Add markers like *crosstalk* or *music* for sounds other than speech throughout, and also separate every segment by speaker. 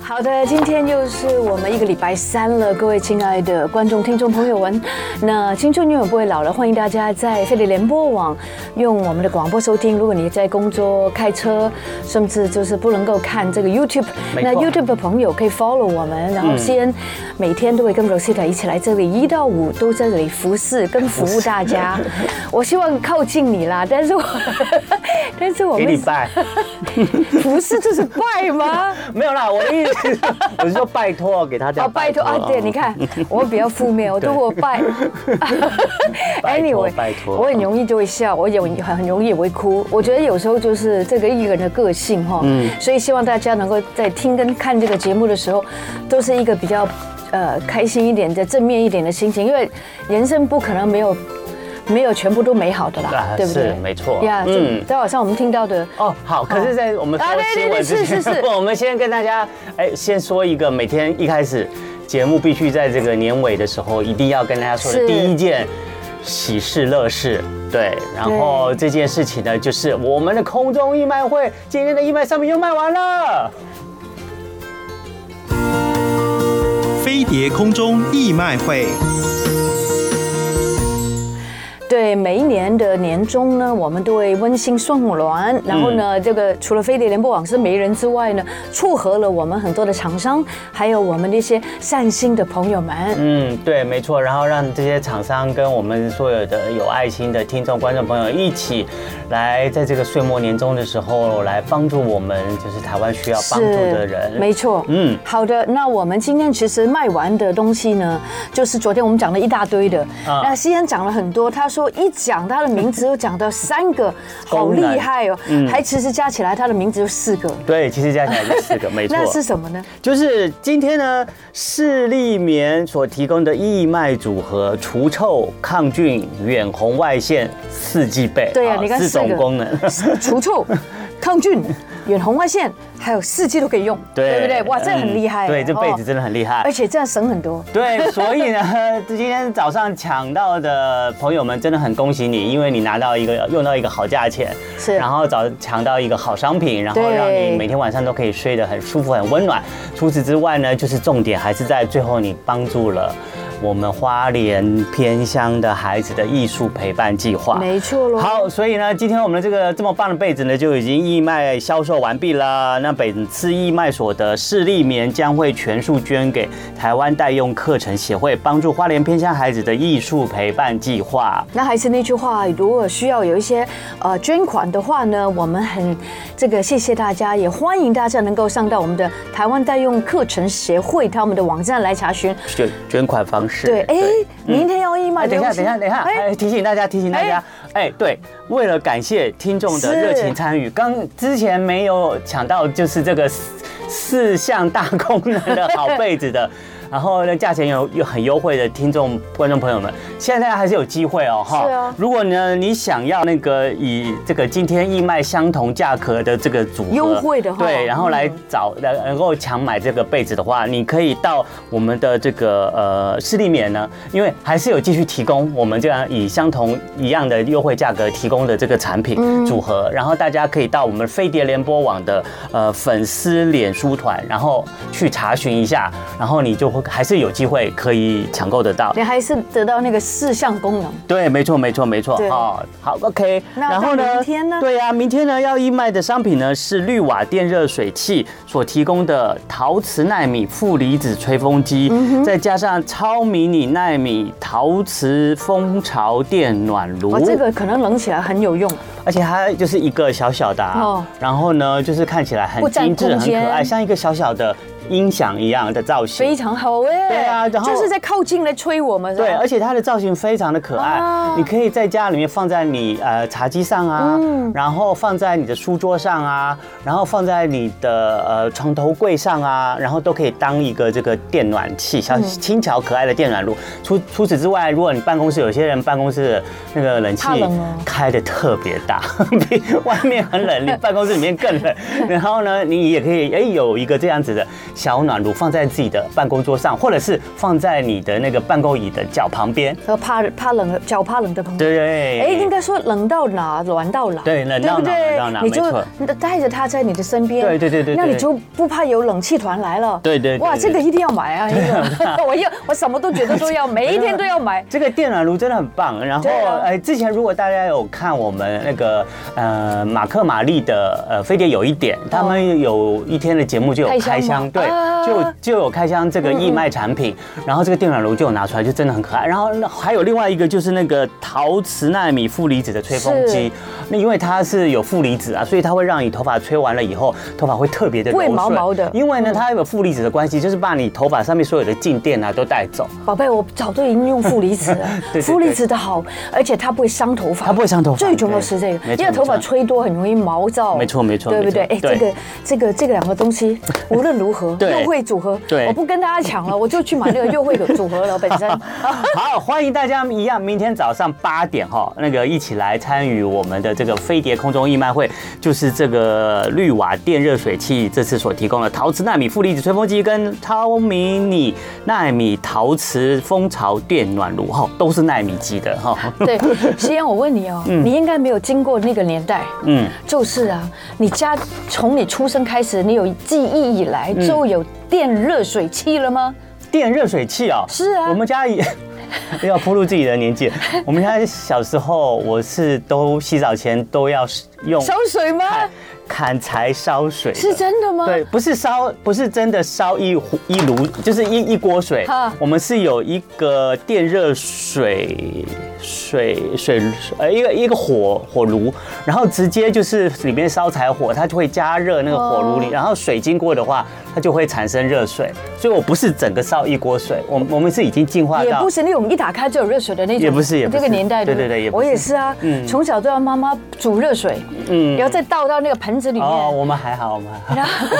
Speaker 1: 好的，今天又是我们一个礼拜三了，各位亲爱的观众、听众朋友们，那青春永远不会老了，欢迎大家在飞碟联播网用我们的广播收听。如果你在工作、开车，甚至就是不能够看这个 YouTube，
Speaker 2: 嗯没
Speaker 1: 那
Speaker 2: 错嗯
Speaker 1: YouTube 的朋友可以 follow 我们，然后先每天都会跟 Rosita 一起来哎这里，一到五都在这里服侍跟服务大
Speaker 2: *laughs*
Speaker 1: 家。我希望靠近你啦，但是我 *laughs* 但是我
Speaker 2: 一礼
Speaker 1: 们
Speaker 2: 拜
Speaker 1: 服侍这是拜吗？
Speaker 2: *laughs* 没有啦，我的意思是，我是说拜哦托嗯给他
Speaker 1: 啊，
Speaker 2: 讲，
Speaker 1: 拜托啊！对，你看我比较负
Speaker 2: *laughs*
Speaker 1: 面，我都我拜。
Speaker 2: 拜托拜托
Speaker 1: 我很容易就会笑，我也很容易也会哭。我觉得有时候就是这个艺人的个性哈，
Speaker 2: 嗯
Speaker 1: 所以希望大家能够在听跟看这个节目的时候，都是一个比较呃开心一点的、正面一点的心情，因为人生不可能没有没有全部都美好的啦
Speaker 2: 啊，
Speaker 1: 对不对
Speaker 2: 是？没错
Speaker 1: 呀，
Speaker 2: 嗯
Speaker 1: 就就好像我们听到的。
Speaker 2: 哦，好，可是，在我们说
Speaker 1: 啊对对
Speaker 2: 新
Speaker 1: 对
Speaker 2: 闻之
Speaker 1: 是
Speaker 2: 前，
Speaker 1: 是是
Speaker 2: *laughs* 我们先跟大家，哎，先说一个，每天一开始节目必须在这个年尾的时候，一定要跟大家说
Speaker 1: 是
Speaker 2: 的第一件喜事乐事，对，然后这件事情呢，就是我们的空中义卖会，今天的义卖商品又卖完了。
Speaker 3: 飞碟空中义卖会。
Speaker 1: 对，每一年的年终呢，我们都会温馨送暖。然后呢，
Speaker 2: 嗯
Speaker 1: 这个除了飞碟联播网是媒人之外呢，撮合了我们很多的厂商，还有我们那些善心的朋友们。
Speaker 2: 嗯，对，没错。然后让这些厂商跟我们所有的有爱心的听众、观众朋友一起来，在这个岁末年终的时候，来帮助我们就是台湾需要帮助的人。
Speaker 1: 没错。嗯
Speaker 2: 嗯，
Speaker 1: 好的。那我们今天其实卖完的东西呢，就是昨天我们讲了一大堆的。
Speaker 2: 啊
Speaker 1: 那西安讲了很多，他说一讲他的名字又讲到三个，好
Speaker 2: 功能
Speaker 1: 厉害
Speaker 2: *laughs*
Speaker 1: 哦。
Speaker 2: 嗯
Speaker 1: 还其实加起来他的名字有四个，
Speaker 2: 对，其实加起来就四个，没
Speaker 1: *laughs*
Speaker 2: 错。
Speaker 1: 那是什么呢？
Speaker 2: 就是今天呢，视力棉所提供的义卖组合，除臭、抗菌、远红外线四季备，
Speaker 1: 对呀
Speaker 2: 啊
Speaker 1: 你看
Speaker 2: 四
Speaker 1: 四
Speaker 2: 种
Speaker 1: 个
Speaker 2: 功能。
Speaker 1: 除臭、抗菌、远红外线，还有四季都可以用， *laughs* 对不对？哇，这很厉害、
Speaker 2: 嗯对，这被子
Speaker 1: 哦
Speaker 2: 真的很厉害。
Speaker 1: 而且这样省很多。
Speaker 2: 对，所以呢，今天早上抢到的朋友们真的很恭喜你，因为你拿到一个用到一个好价钱，
Speaker 1: 是
Speaker 2: 然后早抢到一个好商品，然后
Speaker 1: 对
Speaker 2: 让你每天晚上都可以睡得很舒服、很温暖。除此之外呢，就是重点还是在最后你帮助了。我们花莲偏乡的孩子的艺术陪伴计划，
Speaker 1: 没错咯
Speaker 2: 好，所以呢，今天我们的这个这么棒的被子呢，就已经义卖销售完毕了。那本次义卖所得视力棉将会全数捐给台湾代用课程协会，帮助花莲偏乡孩子的艺术陪伴计划。
Speaker 1: 那还是那句话，如果需要有一些呃捐款的话呢，我们很这个谢谢大家，也欢迎大家能够上到我们的台湾代用课程协会他们的网站来查询。
Speaker 2: 捐捐款方式。
Speaker 1: 对，哎，明天要义卖
Speaker 2: 哎，
Speaker 1: 的
Speaker 2: 等一
Speaker 1: 东
Speaker 2: 下，
Speaker 1: 西，
Speaker 2: 等一下，等一下，
Speaker 1: 哎
Speaker 2: 哎，提醒大家，提醒大家，哎，对，为了感谢听众的
Speaker 1: 是
Speaker 2: 热情参与，刚之前没有抢到就是这个四四项大功能的好被子
Speaker 1: *laughs*
Speaker 2: 的。然后呢，价钱有有很优惠的听众观众朋友们，现在还是有机会哦，哈
Speaker 1: 是啊
Speaker 2: 如果呢你想要那个以这个今天义卖相同价格的这个组合
Speaker 1: 优惠的哈
Speaker 2: 对，然后来
Speaker 1: 嗯
Speaker 2: 找能能够强买这个被子的话，你可以到我们的这个呃视力棉呢，因为还是有继续提供我们这样以相同一样的优惠价格提供的这个产品组合，然后大家可以到我们飞碟联播网的呃粉丝脸书团，然后去查询一下，然后你就会还是有机会可以抢购得到
Speaker 1: 你。还是得到那个四项功能。
Speaker 2: 对，没错，没错，没错
Speaker 1: 对。
Speaker 2: 哦，好，OK。
Speaker 1: 那到明天呢
Speaker 2: 对呀、啊明天呢要义卖的商品呢是绿瓦电热水器所提供的陶瓷纳米负离子吹风机，
Speaker 1: 嗯
Speaker 2: 再加上超迷你纳米陶瓷蜂巢电暖炉。
Speaker 1: 哇，哦这个可能冷起来很有用。
Speaker 2: 而且它就是一个小小的、啊，
Speaker 1: 哦
Speaker 2: 然后呢，就是看起来很
Speaker 1: 不占
Speaker 2: 精致、
Speaker 1: 空
Speaker 2: 很可
Speaker 1: 间
Speaker 2: 爱，像一个小小的音响一样的造型，
Speaker 1: 非常好哎、
Speaker 2: 对啊然后
Speaker 1: 就是在靠近来催我们，是啊吧
Speaker 2: 对，而且它的造型非常的可爱，
Speaker 1: 啊
Speaker 2: 你可以在家里面放在你呃茶几上啊，然后放在你的书桌上啊，然后放在你的呃床头柜上啊，然后都可以当一个这个电暖器，小轻巧可爱的电暖炉。除除此之外，如果你办公室有些人办公室的那个冷气
Speaker 1: 怕冷哦
Speaker 2: 开的特别大，大， *laughs* 比外面很冷，你办公室里面更
Speaker 1: *laughs*
Speaker 2: 冷。然后呢，你也可以哎有一个这样子的小暖炉放在自己的办公桌上，或者是放在你的那个办公椅的脚旁边。
Speaker 1: 和怕怕冷的脚怕冷的朋友。
Speaker 2: 对，
Speaker 1: 哎，应该说冷到哪暖到哪，
Speaker 2: 对冷到哪暖到哪
Speaker 1: 你
Speaker 2: 没错
Speaker 1: 就带着它在你的身边，
Speaker 2: 对对对对对
Speaker 1: 那你就不怕有冷气团来了。
Speaker 2: 对对对
Speaker 1: 哇，
Speaker 2: 对
Speaker 1: 这个一定要买啊！一个 *laughs* 我要，我什么都觉得都
Speaker 2: *laughs*
Speaker 1: 要，每一天都要买。
Speaker 2: 这个电暖炉真的很棒。然后，
Speaker 1: 对啊
Speaker 2: 哎，之前如果大家有看我们那个呃马克玛丽的呃飞碟有一点，他们有一天的节目就有
Speaker 1: 开
Speaker 2: 开
Speaker 1: 箱
Speaker 2: 箱，
Speaker 1: 吗
Speaker 2: 对
Speaker 1: 啊，
Speaker 2: 就就有开箱这个义卖产品，然后这个电暖炉就有拿出来，就真的很可爱。然后那还有另外一个就是那个陶瓷纳米负离子的吹风
Speaker 1: 是
Speaker 2: 机，那因为它是有负离子啊，所以它会让你头发吹完了以后，头发会特别的
Speaker 1: 不会
Speaker 2: 柔顺
Speaker 1: 毛毛的
Speaker 2: 因为呢它有负离子的关系，就是把你头发上面所有的静电啊都带走。
Speaker 1: 宝贝，我早都已经用负离子了
Speaker 2: *laughs* 对对，对
Speaker 1: 负离子的好，而且它不会伤头发，
Speaker 2: 它不会伤头发
Speaker 1: 最重要是这个
Speaker 2: 对没，错
Speaker 1: 因为头发
Speaker 2: 没错
Speaker 1: 吹多很容易毛躁。
Speaker 2: 没错没错
Speaker 1: 对不
Speaker 2: 没错
Speaker 1: 对？哎，
Speaker 2: 对
Speaker 1: 这个这个这个两个东
Speaker 2: *laughs*
Speaker 1: 西，无论如何
Speaker 2: 对
Speaker 1: 优惠组合，
Speaker 2: 对
Speaker 1: 我不跟大家抢了，我就去买那个优惠组合了，本身。
Speaker 2: *laughs* 好，欢迎大家一样，明天早上八点哈，那个一起来参与我们的这个飞碟空中义卖会，就是这个绿瓦电热水器这次所提供的陶瓷纳米负离子吹风机跟超迷你纳米陶瓷蜂巢电暖炉哈，都是纳米级的哈。
Speaker 1: 对，西安，我问你哦，你应该没有经过那个年代。
Speaker 2: 嗯，
Speaker 1: 就是啊，你家从你出生开始，你有记忆以来
Speaker 2: 嗯
Speaker 1: 就有电热水器了吗？
Speaker 2: 电热水器哦，
Speaker 1: 是啊
Speaker 2: 我们家也 *laughs* 要铺露自己的年纪，我们家小时候我是都洗澡前都要用
Speaker 1: 烧水吗？
Speaker 2: 砍砍柴烧水的，
Speaker 1: 是真的吗？
Speaker 2: 对，不是烧，不是真的烧一壶一炉，就是一一锅水
Speaker 1: 哈。
Speaker 2: 我们是有一个电热水水水呃一个一个火火炉，然后直接就是里面烧柴火，它就会加热那个火炉里，
Speaker 1: 哦
Speaker 2: 然后水经过的话，它就会产生热水。所以我不是整个烧一锅水，我我们是已经进化
Speaker 1: 也
Speaker 2: 到
Speaker 1: 不是那种一打开就有热水的那种，
Speaker 2: 也不是也不
Speaker 1: 这
Speaker 2: 是
Speaker 1: 个年代的。
Speaker 2: 对对对也不
Speaker 1: 我
Speaker 2: 是嗯
Speaker 1: 也是啊，从小都要妈妈煮热水，嗯，然后再倒到那个盆子里
Speaker 2: 哦，
Speaker 1: 面。
Speaker 2: 我们还好，我们还好，
Speaker 1: 然后，。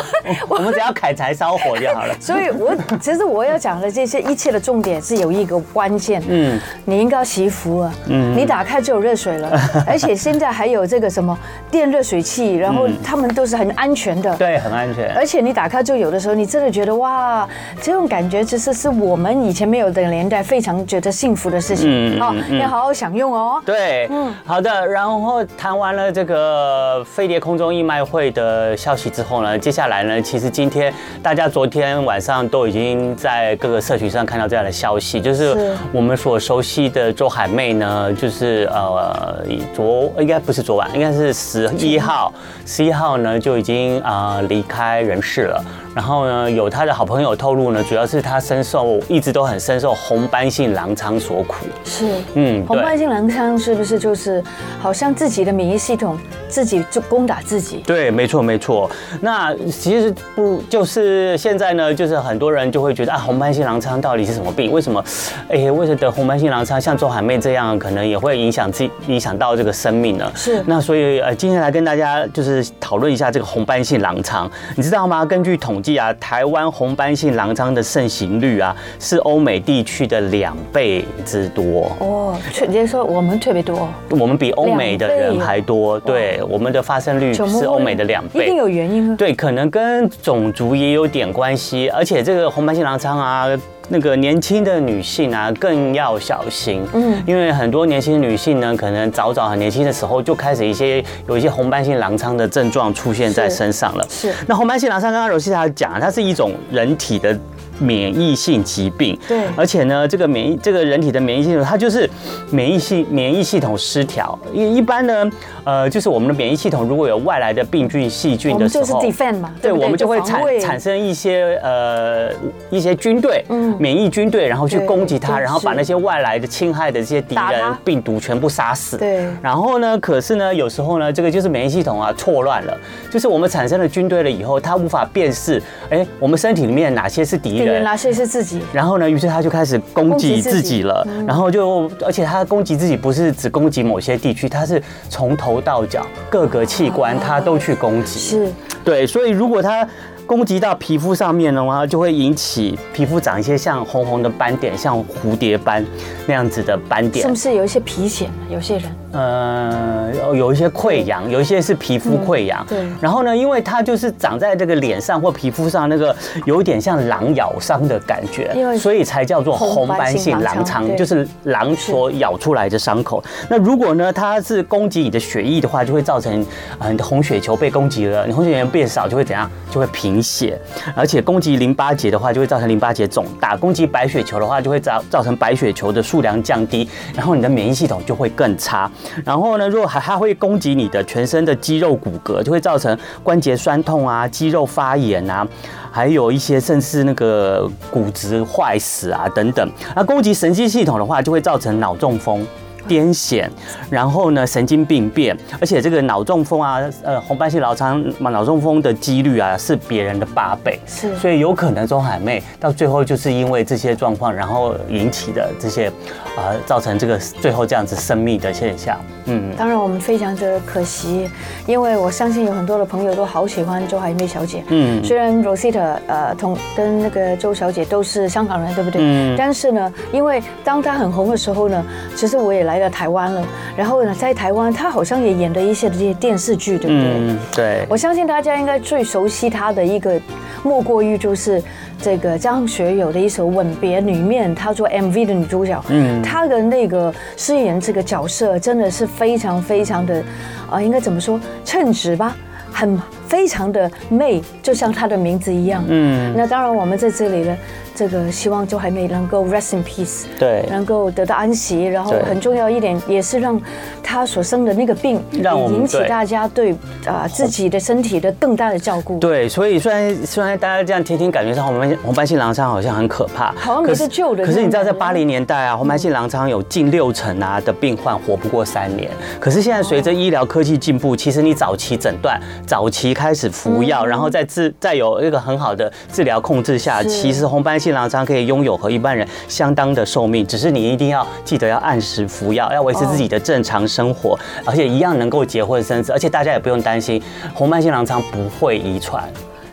Speaker 2: *laughs* 我们只要砍柴烧火就好了
Speaker 1: 所以我其实我要讲的这些一切的重点是有一个关键，嗯，你应该要洗衣服啊，嗯，你打开就有热水
Speaker 2: *laughs*
Speaker 1: 了，而且现在还有这个什么电热水器，然
Speaker 2: 嗯
Speaker 1: 后他们都是很安全的，
Speaker 2: 对，很安全。
Speaker 1: 而且你打开就有的时候，你真的觉得哇，这种感觉其实是我们以前没有的年代非常觉得幸福的事情。
Speaker 2: 嗯嗯
Speaker 1: 好，
Speaker 2: 嗯
Speaker 1: 要好好享用哦。
Speaker 2: 对，嗯，好的。然后谈完了这个飞碟空中义卖会的消息之后呢，接下来呢，其实今天大家昨天晚上都已经在各个社群上看到这样的消息，就是
Speaker 1: 是
Speaker 2: 我们所熟悉的周海媚呢，就是呃昨应该不是昨晚，应该是十一号，
Speaker 1: 嗯
Speaker 2: 十一号呢就已经啊、呃离开人世了。然后呢，有她的好朋友透露呢，主要是她深受一直都很深受红斑性狼疮所苦。
Speaker 1: 是，
Speaker 2: 嗯，
Speaker 1: 红
Speaker 2: 对。
Speaker 1: 斑性狼疮是不是就是好像自己的免疫系统自己就攻打自己？
Speaker 2: 对，没错没错。那其实不就是现在呢？就是很多人就会觉得啊，红斑性狼疮到底是什么病？为什么？哎，为什么得红斑性狼疮像周海媚这样，可能也会影响自己影响到这个生命呢？
Speaker 1: 是
Speaker 2: 那所以呃，今天来跟大家就是讨论一下这个红斑性狼疮，你知道吗？根据统计啊，台湾红斑性狼疮的盛行率啊，是欧美地区的两倍之多。
Speaker 1: 哦，确别说我们特别多，
Speaker 2: 我们比欧美的
Speaker 1: 两
Speaker 2: 人
Speaker 1: 倍哦
Speaker 2: 还多，对，我们的发生率
Speaker 1: 怎么会
Speaker 2: 是欧美的两倍，
Speaker 1: 一定有原因啊。
Speaker 2: 对，可能跟种族也有点关系，而且这个红斑性狼疮啊，那个年轻的女性啊，更要小心。
Speaker 1: 嗯
Speaker 2: 嗯，因为很多年轻女性呢，可能早早很年轻的时候就开始一些有一些红斑性狼疮的症状出现在
Speaker 1: 是
Speaker 2: 身上了。
Speaker 1: 是
Speaker 2: 那红斑性狼疮，刚刚柔西塔讲，它是一种人体的免疫性疾病。
Speaker 1: 对
Speaker 2: 而且呢，这个免疫，这个人体的免疫系统，它就是免疫系免疫系统失调。一一般呢，呃，就是我们的免疫系统如果有外来的病菌、细
Speaker 1: 我
Speaker 2: 菌
Speaker 1: 们
Speaker 2: 的时
Speaker 1: 就是
Speaker 2: 候。
Speaker 1: defend 嘛，
Speaker 2: 对，
Speaker 1: 不
Speaker 2: 我们就会
Speaker 1: 防
Speaker 2: 产
Speaker 1: 卫
Speaker 2: 产生一些呃一些军队，
Speaker 1: 嗯
Speaker 2: 免疫军队，然后去
Speaker 1: 对
Speaker 2: 攻击
Speaker 1: 对
Speaker 2: 它，然后把
Speaker 1: 是
Speaker 2: 那些外来的侵害的这些敌
Speaker 1: 打它
Speaker 2: 人、病毒全部杀死。
Speaker 1: 对
Speaker 2: 然后呢，可是呢，有时候呢，这个就是免疫系统啊错乱了，就是我们产生了军队了以后，它无法辨识，哎，我们身体里面哪些是敌
Speaker 1: 敌人
Speaker 2: 人。
Speaker 1: 哪些是自己？
Speaker 2: 然后呢，于是他就开始攻击自己了。
Speaker 1: 嗯
Speaker 2: 然后就，而且他攻击自己不是只攻击某些地区，他是从头到脚各个器
Speaker 1: 哦
Speaker 2: 官他都去攻击。
Speaker 1: 是
Speaker 2: 对，所以如果它攻击到皮肤上面的话，就会引起皮肤长一些像红红的斑点，像蝴蝶斑那样子的斑
Speaker 1: 是
Speaker 2: 点
Speaker 1: 不。是有一些皮癣？有些人
Speaker 2: 呃，到有一些溃疡，有一些是皮肤溃疡。
Speaker 1: 对
Speaker 2: 然后呢，因为它就是长在这个脸上或皮肤上，那个有点像狼咬伤的感
Speaker 1: 因为
Speaker 2: 觉，所以才叫做红斑性狼
Speaker 1: 红斑性狼
Speaker 2: 疮，
Speaker 1: 疮
Speaker 2: 就是狼所咬出来的伤口。那如果呢，它是攻击你的血液的话，就会造成呃你的红血球被攻击了，你红血球变少就会怎样？就会贫血，而且攻击淋巴结的话，就会造成淋巴结肿大；攻击白血球的话，就会造造成白血球的数量降低，然后你的免疫系统就会更差。然后呢，如果还它会攻击你的全身的肌肉骨骼，就会造成关节酸痛啊、肌肉发炎啊，还有一些甚至那个骨质坏死啊等等。那攻击神经系统的话，就会造成脑中风。癫痫，然后呢，神经病变，而且这个脑中风啊，呃，红斑性脑疮、脑中风的几率啊，是别人的八倍，
Speaker 1: 是
Speaker 2: 所以有可能钟海妹到最后就是因为这些状况，然后引起的这些，呃，造成这个最后这样子生命的现象，嗯。
Speaker 1: 当然，我们非常的可惜，因为我相信有很多的朋友都好喜欢周海媚小姐。
Speaker 2: 嗯
Speaker 1: 虽然 Rosita 呃同跟那个周小姐都是香港人，对不对？
Speaker 2: 嗯
Speaker 1: 但是呢，因为当她很红的时候呢，其实我也来了台湾了。然后呢，在台湾她好像也演了一些这些电视剧，对不对？
Speaker 2: 嗯，对，
Speaker 1: 我相信大家应该最熟悉她的一个，莫过于就是这个张学友的一首《吻别》里面，她做 MV 的女主角，嗯，她的那个饰演这个角色真的是非常非常的，啊、应该怎么说，称职吧，很非常的媚，就像她的名字一样，嗯。那当然，我们在这里呢，这个希望周海媚能够 rest in peace，
Speaker 2: 对
Speaker 1: 能够得到安息，然后
Speaker 2: 对
Speaker 1: 很重要一点也是让她所生的那个病
Speaker 2: 让我们
Speaker 1: 引起
Speaker 2: 对
Speaker 1: 大。大家对啊、自己的身体的更大的照顾。，
Speaker 2: 对，所以虽然虽然大家这样听听，感觉上红斑红斑性狼疮好像很可怕，
Speaker 1: 好像没
Speaker 2: 可是
Speaker 1: 得救的
Speaker 2: 可是你知道，
Speaker 1: 那
Speaker 2: 在
Speaker 1: 种感
Speaker 2: 八
Speaker 1: 觉
Speaker 2: 零年代啊，红斑性狼疮有近六成啊的病患活不过三年。可是现在随着医疗科技进步，其实你早期诊断、早期开始服
Speaker 1: 嗯
Speaker 2: 药，然后再治再有一个很好的治疗控制下，
Speaker 1: 是
Speaker 2: 其实红斑性狼疮可以拥有和一般人相当的寿命。只是你一定要记得要按时服药，要维持自己的正常生活，而且一样能够结婚生子，而且大家也不用担心红斑性狼疮不会遗传。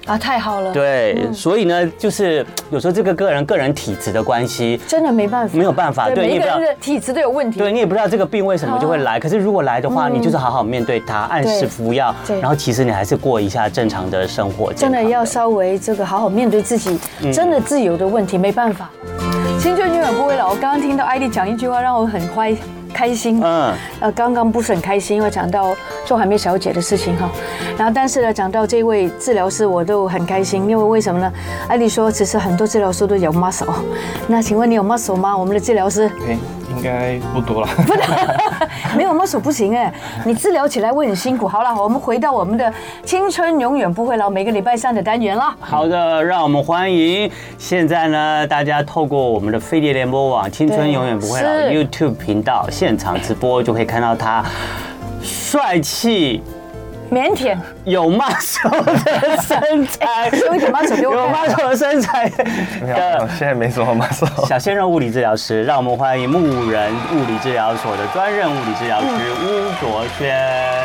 Speaker 1: 啊，太好了，，
Speaker 2: 对，所以呢，就是有时候这个个人个人体质的关系，
Speaker 1: 真的没办法，
Speaker 2: 没有办法对
Speaker 1: 每一
Speaker 2: 你也
Speaker 1: 个
Speaker 2: 不要
Speaker 1: 人的体质都有问题。
Speaker 2: 对你也不知道这个病为什么就会来。可是如果来的话，你就是好好面对它，按时
Speaker 1: 对
Speaker 2: 服药，
Speaker 1: 对
Speaker 2: 然后其实你还是过一下正常的生活。
Speaker 1: 真的
Speaker 2: 健康
Speaker 1: 要稍微这个好好面对自己，真的自由的问题没办法。青春永远不会老。我刚刚听到艾丽讲一句话，让我很开开心。
Speaker 2: 嗯，
Speaker 1: 呃，刚刚不是很开心，因为讲到周海媚小姐的事情哈。然后，但是呢，讲到这位治疗师，我都很开心，因为为什么呢？艾丽说，其实很多治疗师都有 muscle。那请问你有 muscle 吗？我们的治疗师
Speaker 4: 哎，应该不多了。
Speaker 1: *laughs* 没有 muscle 不行哎，你治疗起来会很辛苦。好了，我们回到我们的青春永远不会老，每个礼拜三的单元啦。
Speaker 2: 好的，让我们欢迎现在呢，大家透过我们的飞碟联播网“青春
Speaker 1: 对
Speaker 2: 永远不会老
Speaker 1: 是”
Speaker 2: YouTube 频道现场直播，就可以看到他帅气。
Speaker 1: 腼腆，
Speaker 2: 有骂手的 *laughs* 身材，
Speaker 1: 有一点 muscle 给我看
Speaker 2: 有骂手的身材
Speaker 4: 没有，没有
Speaker 2: 的
Speaker 4: 现在没什么马上。
Speaker 2: 小鲜肉物理治疗师，让我们欢迎牧人物理治疗所的专任物理治疗师巫卓轩。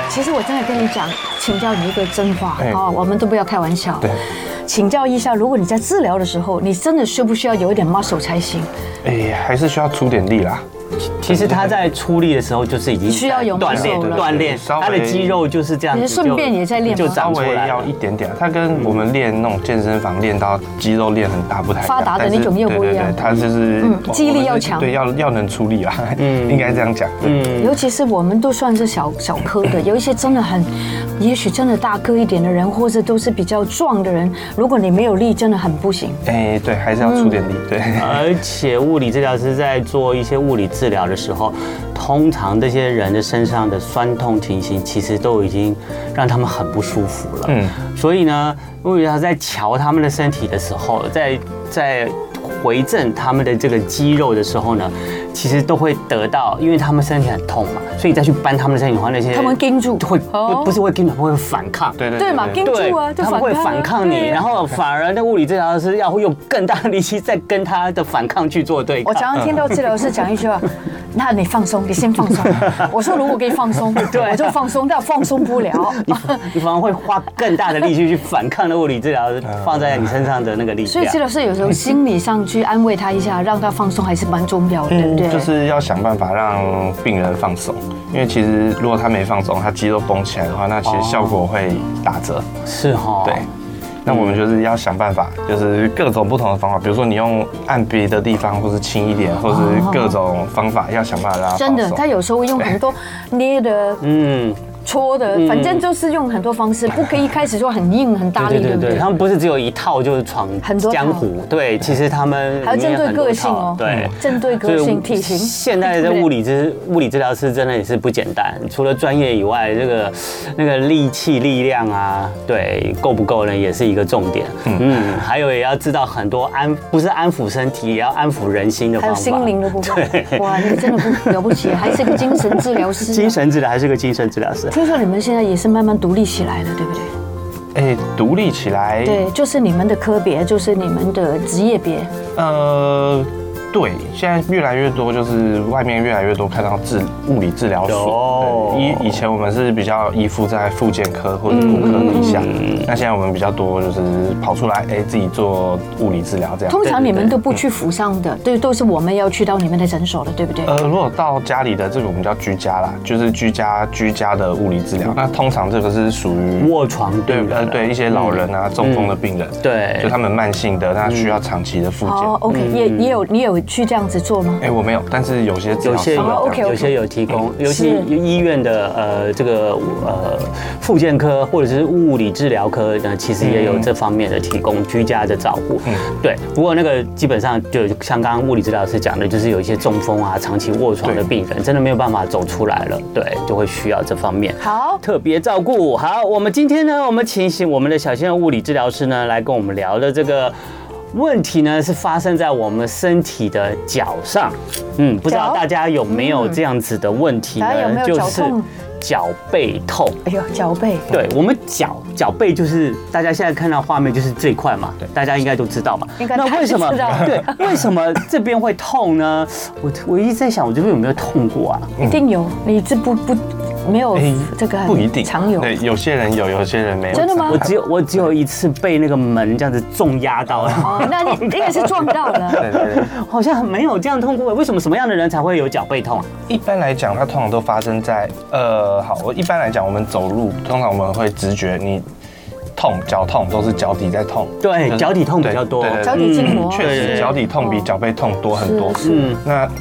Speaker 1: 其实我真的跟你讲，请教你一个真话
Speaker 4: 哎
Speaker 1: 哦，我们都不要开玩笑。
Speaker 4: 对
Speaker 1: 请教一下，如果你在治疗的时候，你真的需不需要有一点 muscle 才行？
Speaker 4: 哎，还是需要出点力啦。
Speaker 2: 其实他在出力的时候就是已经
Speaker 1: 需要有
Speaker 2: 锻炼
Speaker 1: 对对对
Speaker 2: 锻炼，
Speaker 4: 稍微
Speaker 2: 他的肌肉就是这样
Speaker 1: 你
Speaker 2: 子
Speaker 1: 是
Speaker 2: 就，
Speaker 1: 顺便也在练吗
Speaker 2: 就
Speaker 4: 稍
Speaker 2: 长出
Speaker 4: 微
Speaker 2: 来
Speaker 4: 要
Speaker 2: 了。
Speaker 4: 一点点，它跟我们练那种健身房练到肌肉练很大不太一样
Speaker 1: 发达的
Speaker 4: 但是
Speaker 1: 那种又不一样
Speaker 4: 对对对它就是
Speaker 1: 嗯
Speaker 4: 我
Speaker 1: 肌力
Speaker 4: 我们是
Speaker 1: 要强
Speaker 4: 对，要要能出力啦，应该这样讲。嗯，
Speaker 1: 尤其是我们都算是小小颗
Speaker 4: *coughs*
Speaker 1: 的，有一些真的很，也许真的大个一点的人，或者都是比较壮的人，如果你没有力，真的很不行。
Speaker 4: 哎，对，还是要出点力，对。
Speaker 2: 而且物理治疗师在做一些物理治疗的时候，通常这些人的身上的酸痛情形，其实都已经让他们很不舒服了。嗯
Speaker 4: 嗯，
Speaker 2: 所以呢，物理治疗师在瞧他们的身体的时候，在在回正他们的这个肌肉的时候呢，其实都会得到，因为他们身体很痛嘛，所以再去扳他们的身体的话，那些
Speaker 4: 哎
Speaker 1: 他们盯住
Speaker 2: 会不
Speaker 1: 哦
Speaker 2: 不是会跟会反抗，
Speaker 4: *laughs* 对对
Speaker 1: 对嘛跟
Speaker 2: 对
Speaker 1: 住啊，就
Speaker 2: 他们会
Speaker 1: 啊
Speaker 2: 反抗
Speaker 1: 对
Speaker 2: 你，
Speaker 1: 啊
Speaker 2: 然后反而那物理治疗师要用更大的力气再跟他的反抗去做对
Speaker 1: 我
Speaker 2: 抗。
Speaker 4: *laughs*
Speaker 1: 常常听到治疗师讲一句话：“那你放松，你先放松。我说如果给你放
Speaker 4: *laughs*
Speaker 1: 松，
Speaker 2: 对
Speaker 1: 我就放松，但放松不了。 *laughs*
Speaker 2: 你反 *laughs* 你反而会花更大的力气去反抗那物理治疗放在你身上的那个力
Speaker 1: 所以
Speaker 2: 量
Speaker 1: 治。疗师有时候心理上去安慰他一下，让他放松还是蛮重要的，对不对？
Speaker 4: 嗯就是要想办法让病人放松，因为其实如果他没放松，他肌肉绷起来的话，那其实效果会打折。
Speaker 2: 是哈，
Speaker 4: 对，哦那我们就是要想办法，就是各种不同的方法，比如说你用按别的地方，或是轻一点，或是各种方法，要想办法让他
Speaker 1: 真的，
Speaker 4: 放松
Speaker 1: 他有时候用很多捏的、
Speaker 2: 嗯，
Speaker 1: 搓的，反正就是用很多方式，不可以一开始就很硬、很大力，对不啊对？
Speaker 2: 他们不是只有一套就是闯
Speaker 1: 很多套
Speaker 2: 江湖，对，其实他们
Speaker 1: 还要针对个性哦
Speaker 2: 里面有很多套对，
Speaker 1: 针对个性、体型。
Speaker 2: 现在的物理治物理治疗师真的也是不简单，除了专业以外，这个那个力气、力量啊，对，够不够呢，也是一个重点。嗯，还有也要知道很多安，不是安抚身体，也要安抚人心的
Speaker 1: 还有
Speaker 2: 方法。
Speaker 1: 心灵的部
Speaker 2: 对
Speaker 1: 分，哇，你真的不了不起，还是个精神治疗师。
Speaker 2: 精，神治疗还是个精神治疗师。
Speaker 1: 听说你们现在也是慢慢独立起来了，对不对？
Speaker 4: 哎，独立起来，
Speaker 1: 对，就是你们的科别，就是你们的职业别，
Speaker 4: 呃，对，现在越来越多，就是外面越来越多看到治物理治
Speaker 2: 有
Speaker 4: 疗所。对以以前我们是比较依附在复健科或者骨科底下，
Speaker 1: 嗯
Speaker 4: 那现在我们比较多就是跑出来，哎，自己做物理治疗这样。
Speaker 1: 通常你们
Speaker 4: 对对
Speaker 1: 都不去府上的，对，都是我们要去到你们的诊所的，对不对？
Speaker 4: 呃，如果到家里的这个我们叫居家啦，就是居家居家的物理治疗。那通常这个是属于
Speaker 2: 嗯卧啊嗯床病
Speaker 4: 对
Speaker 2: 人
Speaker 4: 呃对一些老人啊、中风的病人，
Speaker 2: 对
Speaker 4: 就他们慢性的，那需要长期的复
Speaker 1: 哦
Speaker 4: 健。
Speaker 1: ，OK，也也有你有去这样子做吗？
Speaker 4: 哎，我没有，但是有些治
Speaker 2: 有
Speaker 4: 疗
Speaker 2: 些
Speaker 4: 师
Speaker 2: 有
Speaker 4: 会这样
Speaker 1: 哦 OK，OK 嗯
Speaker 2: 有些有提供，尤其
Speaker 1: 是
Speaker 2: 医院的呃这个呃复健科或者是物理治疗科呢，其实也
Speaker 1: 嗯
Speaker 2: 有这方面的提供居家的照顾。对，不过那个基本上就像刚刚物理治疗师讲的，就是有一些中风啊、长期卧床的病人，真的没有办法走出来了，对，就会需要这方面。
Speaker 1: 好，
Speaker 2: 特别照顾。好，我们今天呢，我们请醒我们的小鲜肉物理治疗师呢，来跟我们聊的这个问题呢，是发生在我们身体的脚上。嗯，不知道
Speaker 1: 脚
Speaker 2: 大家有没有这样子的问题
Speaker 1: 大家有没
Speaker 2: 呢？
Speaker 1: 有
Speaker 2: 就
Speaker 1: 脚嗯
Speaker 2: 是
Speaker 1: 痛
Speaker 2: 脚背痛。
Speaker 1: 哎呦，脚背，
Speaker 2: 对我们脚脚背就是大家现在看到画面就是这一块嘛，大家应该都知道嘛。
Speaker 1: 应该大家
Speaker 2: 那为什么
Speaker 1: 知道
Speaker 2: 对为什么这边会痛呢？我我一直在想，我这边有没有痛过啊？
Speaker 1: 一定有，你这不不没有
Speaker 4: 嗯哎
Speaker 1: 这个很
Speaker 4: 不一定哎
Speaker 1: 常有，
Speaker 4: 对，有些人有，有些人没有。
Speaker 1: 真的吗
Speaker 2: 我只有我只有一次被那个门这样子重压到，
Speaker 1: 哦，那你应该是撞到了，
Speaker 4: 对对对，
Speaker 2: 好像没有这样痛过。为什么什么样的人才会有脚背痛啊？
Speaker 4: 一般来讲，它通常都发生在呃，好，我一般来讲，我们走路通常我们会直觉你痛，脚痛都是脚底在痛，
Speaker 2: 对
Speaker 4: 就是
Speaker 2: 哎脚底痛比较多
Speaker 4: 嗯对对对嗯
Speaker 1: 脚底筋膜，
Speaker 4: 确实，
Speaker 2: 对
Speaker 4: 脚底痛比脚背痛多 *laughs* 很多。
Speaker 1: 是
Speaker 2: 嗯，
Speaker 4: 那 *coughs*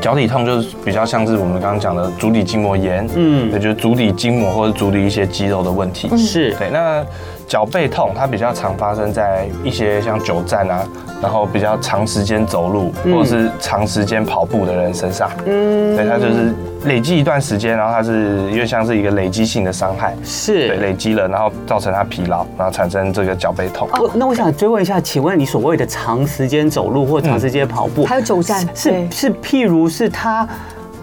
Speaker 4: 脚底痛就是比较像是我们刚刚讲的足底筋膜炎，
Speaker 2: 嗯
Speaker 4: 嗯，也就是足底筋膜或者足底一些肌肉的问题。
Speaker 1: 嗯
Speaker 2: 是
Speaker 4: 对，那脚背痛它比较常发生在一些像久站啊，然后比较长时间走路
Speaker 2: 嗯
Speaker 4: 或者是长时间跑步的人身上。嗯，对，它就是累积一段时间，然后它是因为像是一个累积性的伤害，对，
Speaker 2: 是。
Speaker 4: 累积了，然后造成它疲劳，然后产生这个脚背
Speaker 1: 哦
Speaker 4: 痛。
Speaker 2: 我哦那我想追问一下，请问你所谓的长时间走路或长时间跑步，
Speaker 1: 嗯还有走站，
Speaker 2: 是
Speaker 1: 对，
Speaker 2: 是譬如是他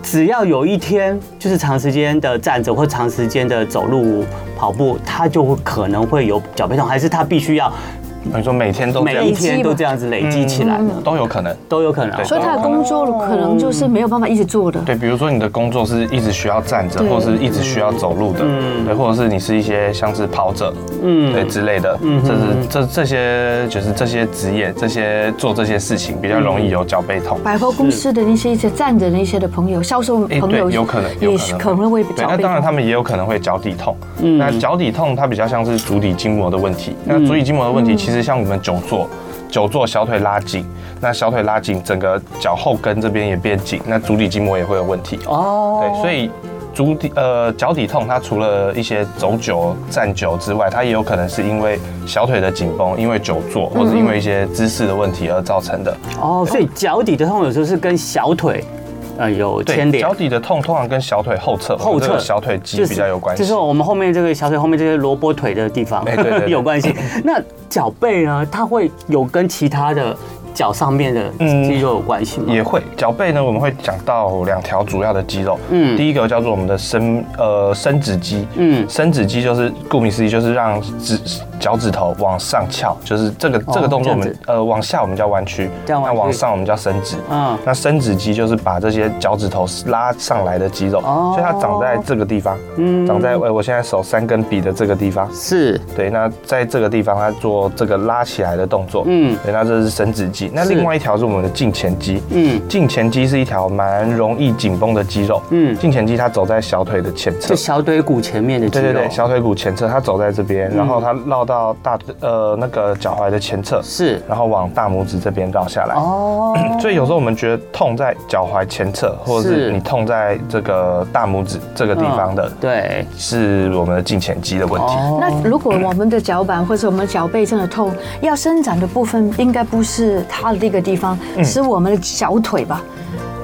Speaker 2: 只要有一天就是长时间的站着或长时间的走路跑步，他就会可能会有脚背痛，还是他必须要
Speaker 4: 哦你说每天都这
Speaker 2: 每一
Speaker 4: 样，
Speaker 2: 天都这样子累积起来呢？
Speaker 4: 都有可能。
Speaker 2: 都有可能啊。
Speaker 4: 嗯对
Speaker 1: 所以他的工作可能就是没有办法一直做的，
Speaker 4: 对，比如说你的工作是一直需要站着，
Speaker 1: 对
Speaker 4: 或是一直需要走路的，对，或者是你是一些像是跑者，嗯，对之类的，嗯，这是这这些就是这些职业，这些做这些事情比较容易有脚背痛。
Speaker 1: 百货公司的那些一些站着的那些的朋友，销售
Speaker 4: 哎
Speaker 1: 朋
Speaker 4: 对
Speaker 1: 友
Speaker 4: 有可能有
Speaker 1: 也
Speaker 4: 可能
Speaker 1: 可能会
Speaker 4: 对，
Speaker 1: 脚
Speaker 4: 那
Speaker 1: 背
Speaker 4: 当然他
Speaker 1: 痛。
Speaker 4: 们也有可能会脚底痛。那脚底痛它比较像是足底筋膜的问题。那足底筋膜的问题，其实像我们久坐，久坐小腿拉紧，那小腿拉紧，整个脚后跟这边也变紧，那足底筋膜也会有问题。
Speaker 2: 哦，
Speaker 4: 对，所以足底呃脚底痛，它除了一些走久、站久之外，它也有可能是因为小腿的紧绷，因为久坐或者因为一些姿势的问题而造成的。
Speaker 2: 哦，所以脚底的痛有时候是跟小腿，呃，有牵连
Speaker 4: 脚。底的痛通常跟小腿后侧、
Speaker 2: 后
Speaker 4: 我们这
Speaker 2: 侧
Speaker 4: 个小腿肌比较有关系。
Speaker 2: 就是我们后面这个小腿后面这些萝卜腿的地方
Speaker 4: 哎对对对
Speaker 2: 有关系。那脚背呢，它会有跟其他的脚上面的
Speaker 4: 嗯
Speaker 2: 肌肉有关系吗？
Speaker 4: 也会脚背呢，我们会讲到两条主要的肌肉，嗯，第一个叫做我们的伸呃伸指肌，
Speaker 2: 嗯
Speaker 4: 嗯，伸指肌就是顾名思义，就是让指脚趾头往上翘，就是这个这
Speaker 2: 哦
Speaker 4: 个动作我
Speaker 2: 这
Speaker 4: 们
Speaker 2: 样子
Speaker 4: 呃往下我们叫弯曲，
Speaker 2: 这样
Speaker 4: 那
Speaker 2: 弯曲
Speaker 4: 往上我们叫伸直。
Speaker 2: 嗯
Speaker 4: 那伸直肌就是把这些脚趾头拉上来的肌肉，
Speaker 2: 哦嗯
Speaker 4: 所以它长在这个地方，长在呃我现在手三根笔的这个地方。
Speaker 2: 是，
Speaker 4: 对，那在这个地方它做这个拉起来的动作，
Speaker 2: 嗯
Speaker 4: 嗯，对，那这是伸直肌。那
Speaker 2: 是
Speaker 4: 另外一条是我们的胫前肌，
Speaker 2: 嗯
Speaker 4: 胫前肌是一条蛮容易紧绷的肌肉，
Speaker 2: 嗯
Speaker 4: 嗯，胫前肌它走在小腿的前侧
Speaker 2: 就，小腿骨前面的肌
Speaker 4: 对
Speaker 2: 肉，
Speaker 4: 对对，小腿骨前侧它走在这边，然后它绕到大腿呃那个脚踝的前侧，
Speaker 2: 是
Speaker 4: 然后往大拇指这边绕下来。
Speaker 2: 哦，
Speaker 4: 所以有时候我们觉得痛在脚踝前侧，或者
Speaker 2: 是
Speaker 4: 是你痛在这个大拇指这个地方的，
Speaker 2: 对，
Speaker 4: 是我们的胫前肌的问题。
Speaker 2: 哦，
Speaker 1: 那如果我们的脚板或者我们脚背真的痛，要伸展的部分应该不是它的那个地方，是我们的小腿吧？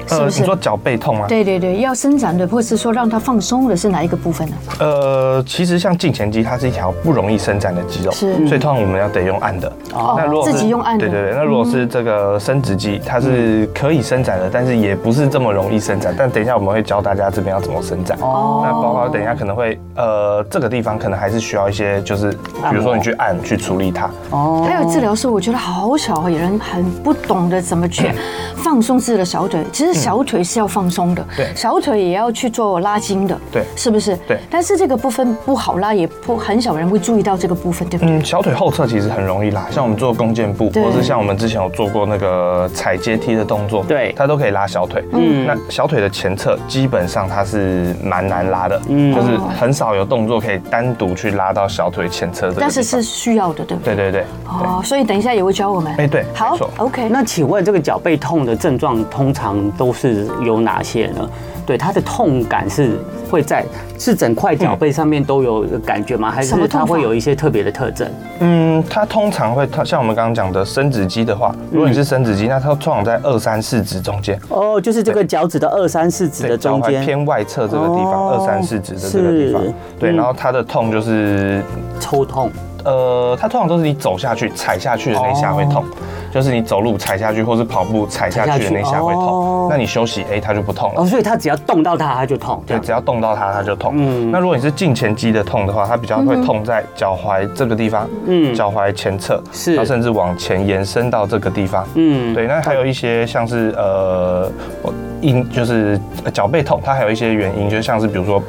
Speaker 1: 是不是
Speaker 4: 嗯呃你？说脚背痛吗？
Speaker 1: 对对对，要伸展的，或是说让它放松的是哪一个部分呢？
Speaker 4: 呃，其实像胫前肌，它是一条不容易伸展的肌肉，
Speaker 1: 是
Speaker 4: 所以通常我们要得用按的。
Speaker 1: 哦自己用按的嗯
Speaker 4: 对对对，那如果是这个伸直肌，它是可以伸展的，但是也不是这么容易伸展。但等一下我们会教大家这边要怎么伸展。
Speaker 2: 哦
Speaker 4: 那包括等一下可能会，呃，这个地方可能还是需要一些，就是比如说你去按去处理它。
Speaker 2: 哦
Speaker 1: 还有治疗师，我觉得好少有人很不懂得怎么
Speaker 4: 嗯
Speaker 1: 去放松自己的小腿。其实小腿是要放松的，
Speaker 4: 嗯对
Speaker 1: 小腿也要去做拉筋的，
Speaker 4: 对
Speaker 1: 是不是？
Speaker 4: 对
Speaker 1: 但是这个部分不好拉，也不很少人会注意到这个部分，对不对？
Speaker 4: 嗯，小腿后侧其实很容易拉，
Speaker 2: 嗯
Speaker 4: 像我们做弓箭步，
Speaker 1: 对
Speaker 4: 或是像我们之前有做过那个踩阶梯的动作，
Speaker 2: 对
Speaker 4: 它都可以拉小腿。
Speaker 2: 嗯
Speaker 4: 嗯，那小腿的前侧基本上它是蛮难拉的，
Speaker 2: 嗯
Speaker 4: 就是很少有动作可以单独去拉到小腿前侧这个地
Speaker 1: 但
Speaker 4: 方。
Speaker 1: 是是需要的，对不对？
Speaker 4: 对对对，
Speaker 1: 哦，所以等一下也会教我们。
Speaker 4: 哎对
Speaker 1: 好
Speaker 4: 没错
Speaker 1: ，OK。
Speaker 2: 那请问这个脚背痛的症状通常都是有哪些呢？对，它的痛感是会在是整块脚背上面都有感觉吗？还
Speaker 1: 什么
Speaker 2: 是
Speaker 1: 痛
Speaker 2: 它
Speaker 1: 法
Speaker 2: 会有一些特别的特征？
Speaker 4: 嗯，它通常会，它像我们刚刚讲的伸直肌的话，
Speaker 2: 嗯
Speaker 4: 如果你是伸直肌，那它通常在二三四指中间，
Speaker 2: 哦，就是这个脚趾的二三四指
Speaker 4: 对
Speaker 2: 的中
Speaker 4: 脚踝
Speaker 2: 间
Speaker 4: 偏外侧这个地方，
Speaker 2: 哦
Speaker 4: 二三四指的这个地方
Speaker 2: 是，
Speaker 4: 对，
Speaker 2: 嗯
Speaker 4: 然后它的痛就是
Speaker 2: 抽痛，
Speaker 4: 呃，它通常都是你走下去、踩下去的那一下会痛，就是你走路踩下去，或是跑步踩下去的那一下会
Speaker 2: 踩下去哦
Speaker 4: 痛。那你休息，哎，它就不痛
Speaker 2: 哦，
Speaker 4: 了。
Speaker 2: 所以它只要动到它，它就痛，这
Speaker 4: 对，
Speaker 2: 样
Speaker 4: 只要动到它，它就痛。
Speaker 2: 嗯
Speaker 4: 那如果你是胫前肌的痛的话，它比较会痛在脚踝这个地方，
Speaker 2: 嗯
Speaker 4: 嗯，脚踝前侧，
Speaker 2: 是
Speaker 4: 然后甚至往前延伸到这个地方。
Speaker 2: 嗯，
Speaker 4: 对，那还有一些像是呃，我因就是呃脚背痛，它还有一些原因，就像是比如说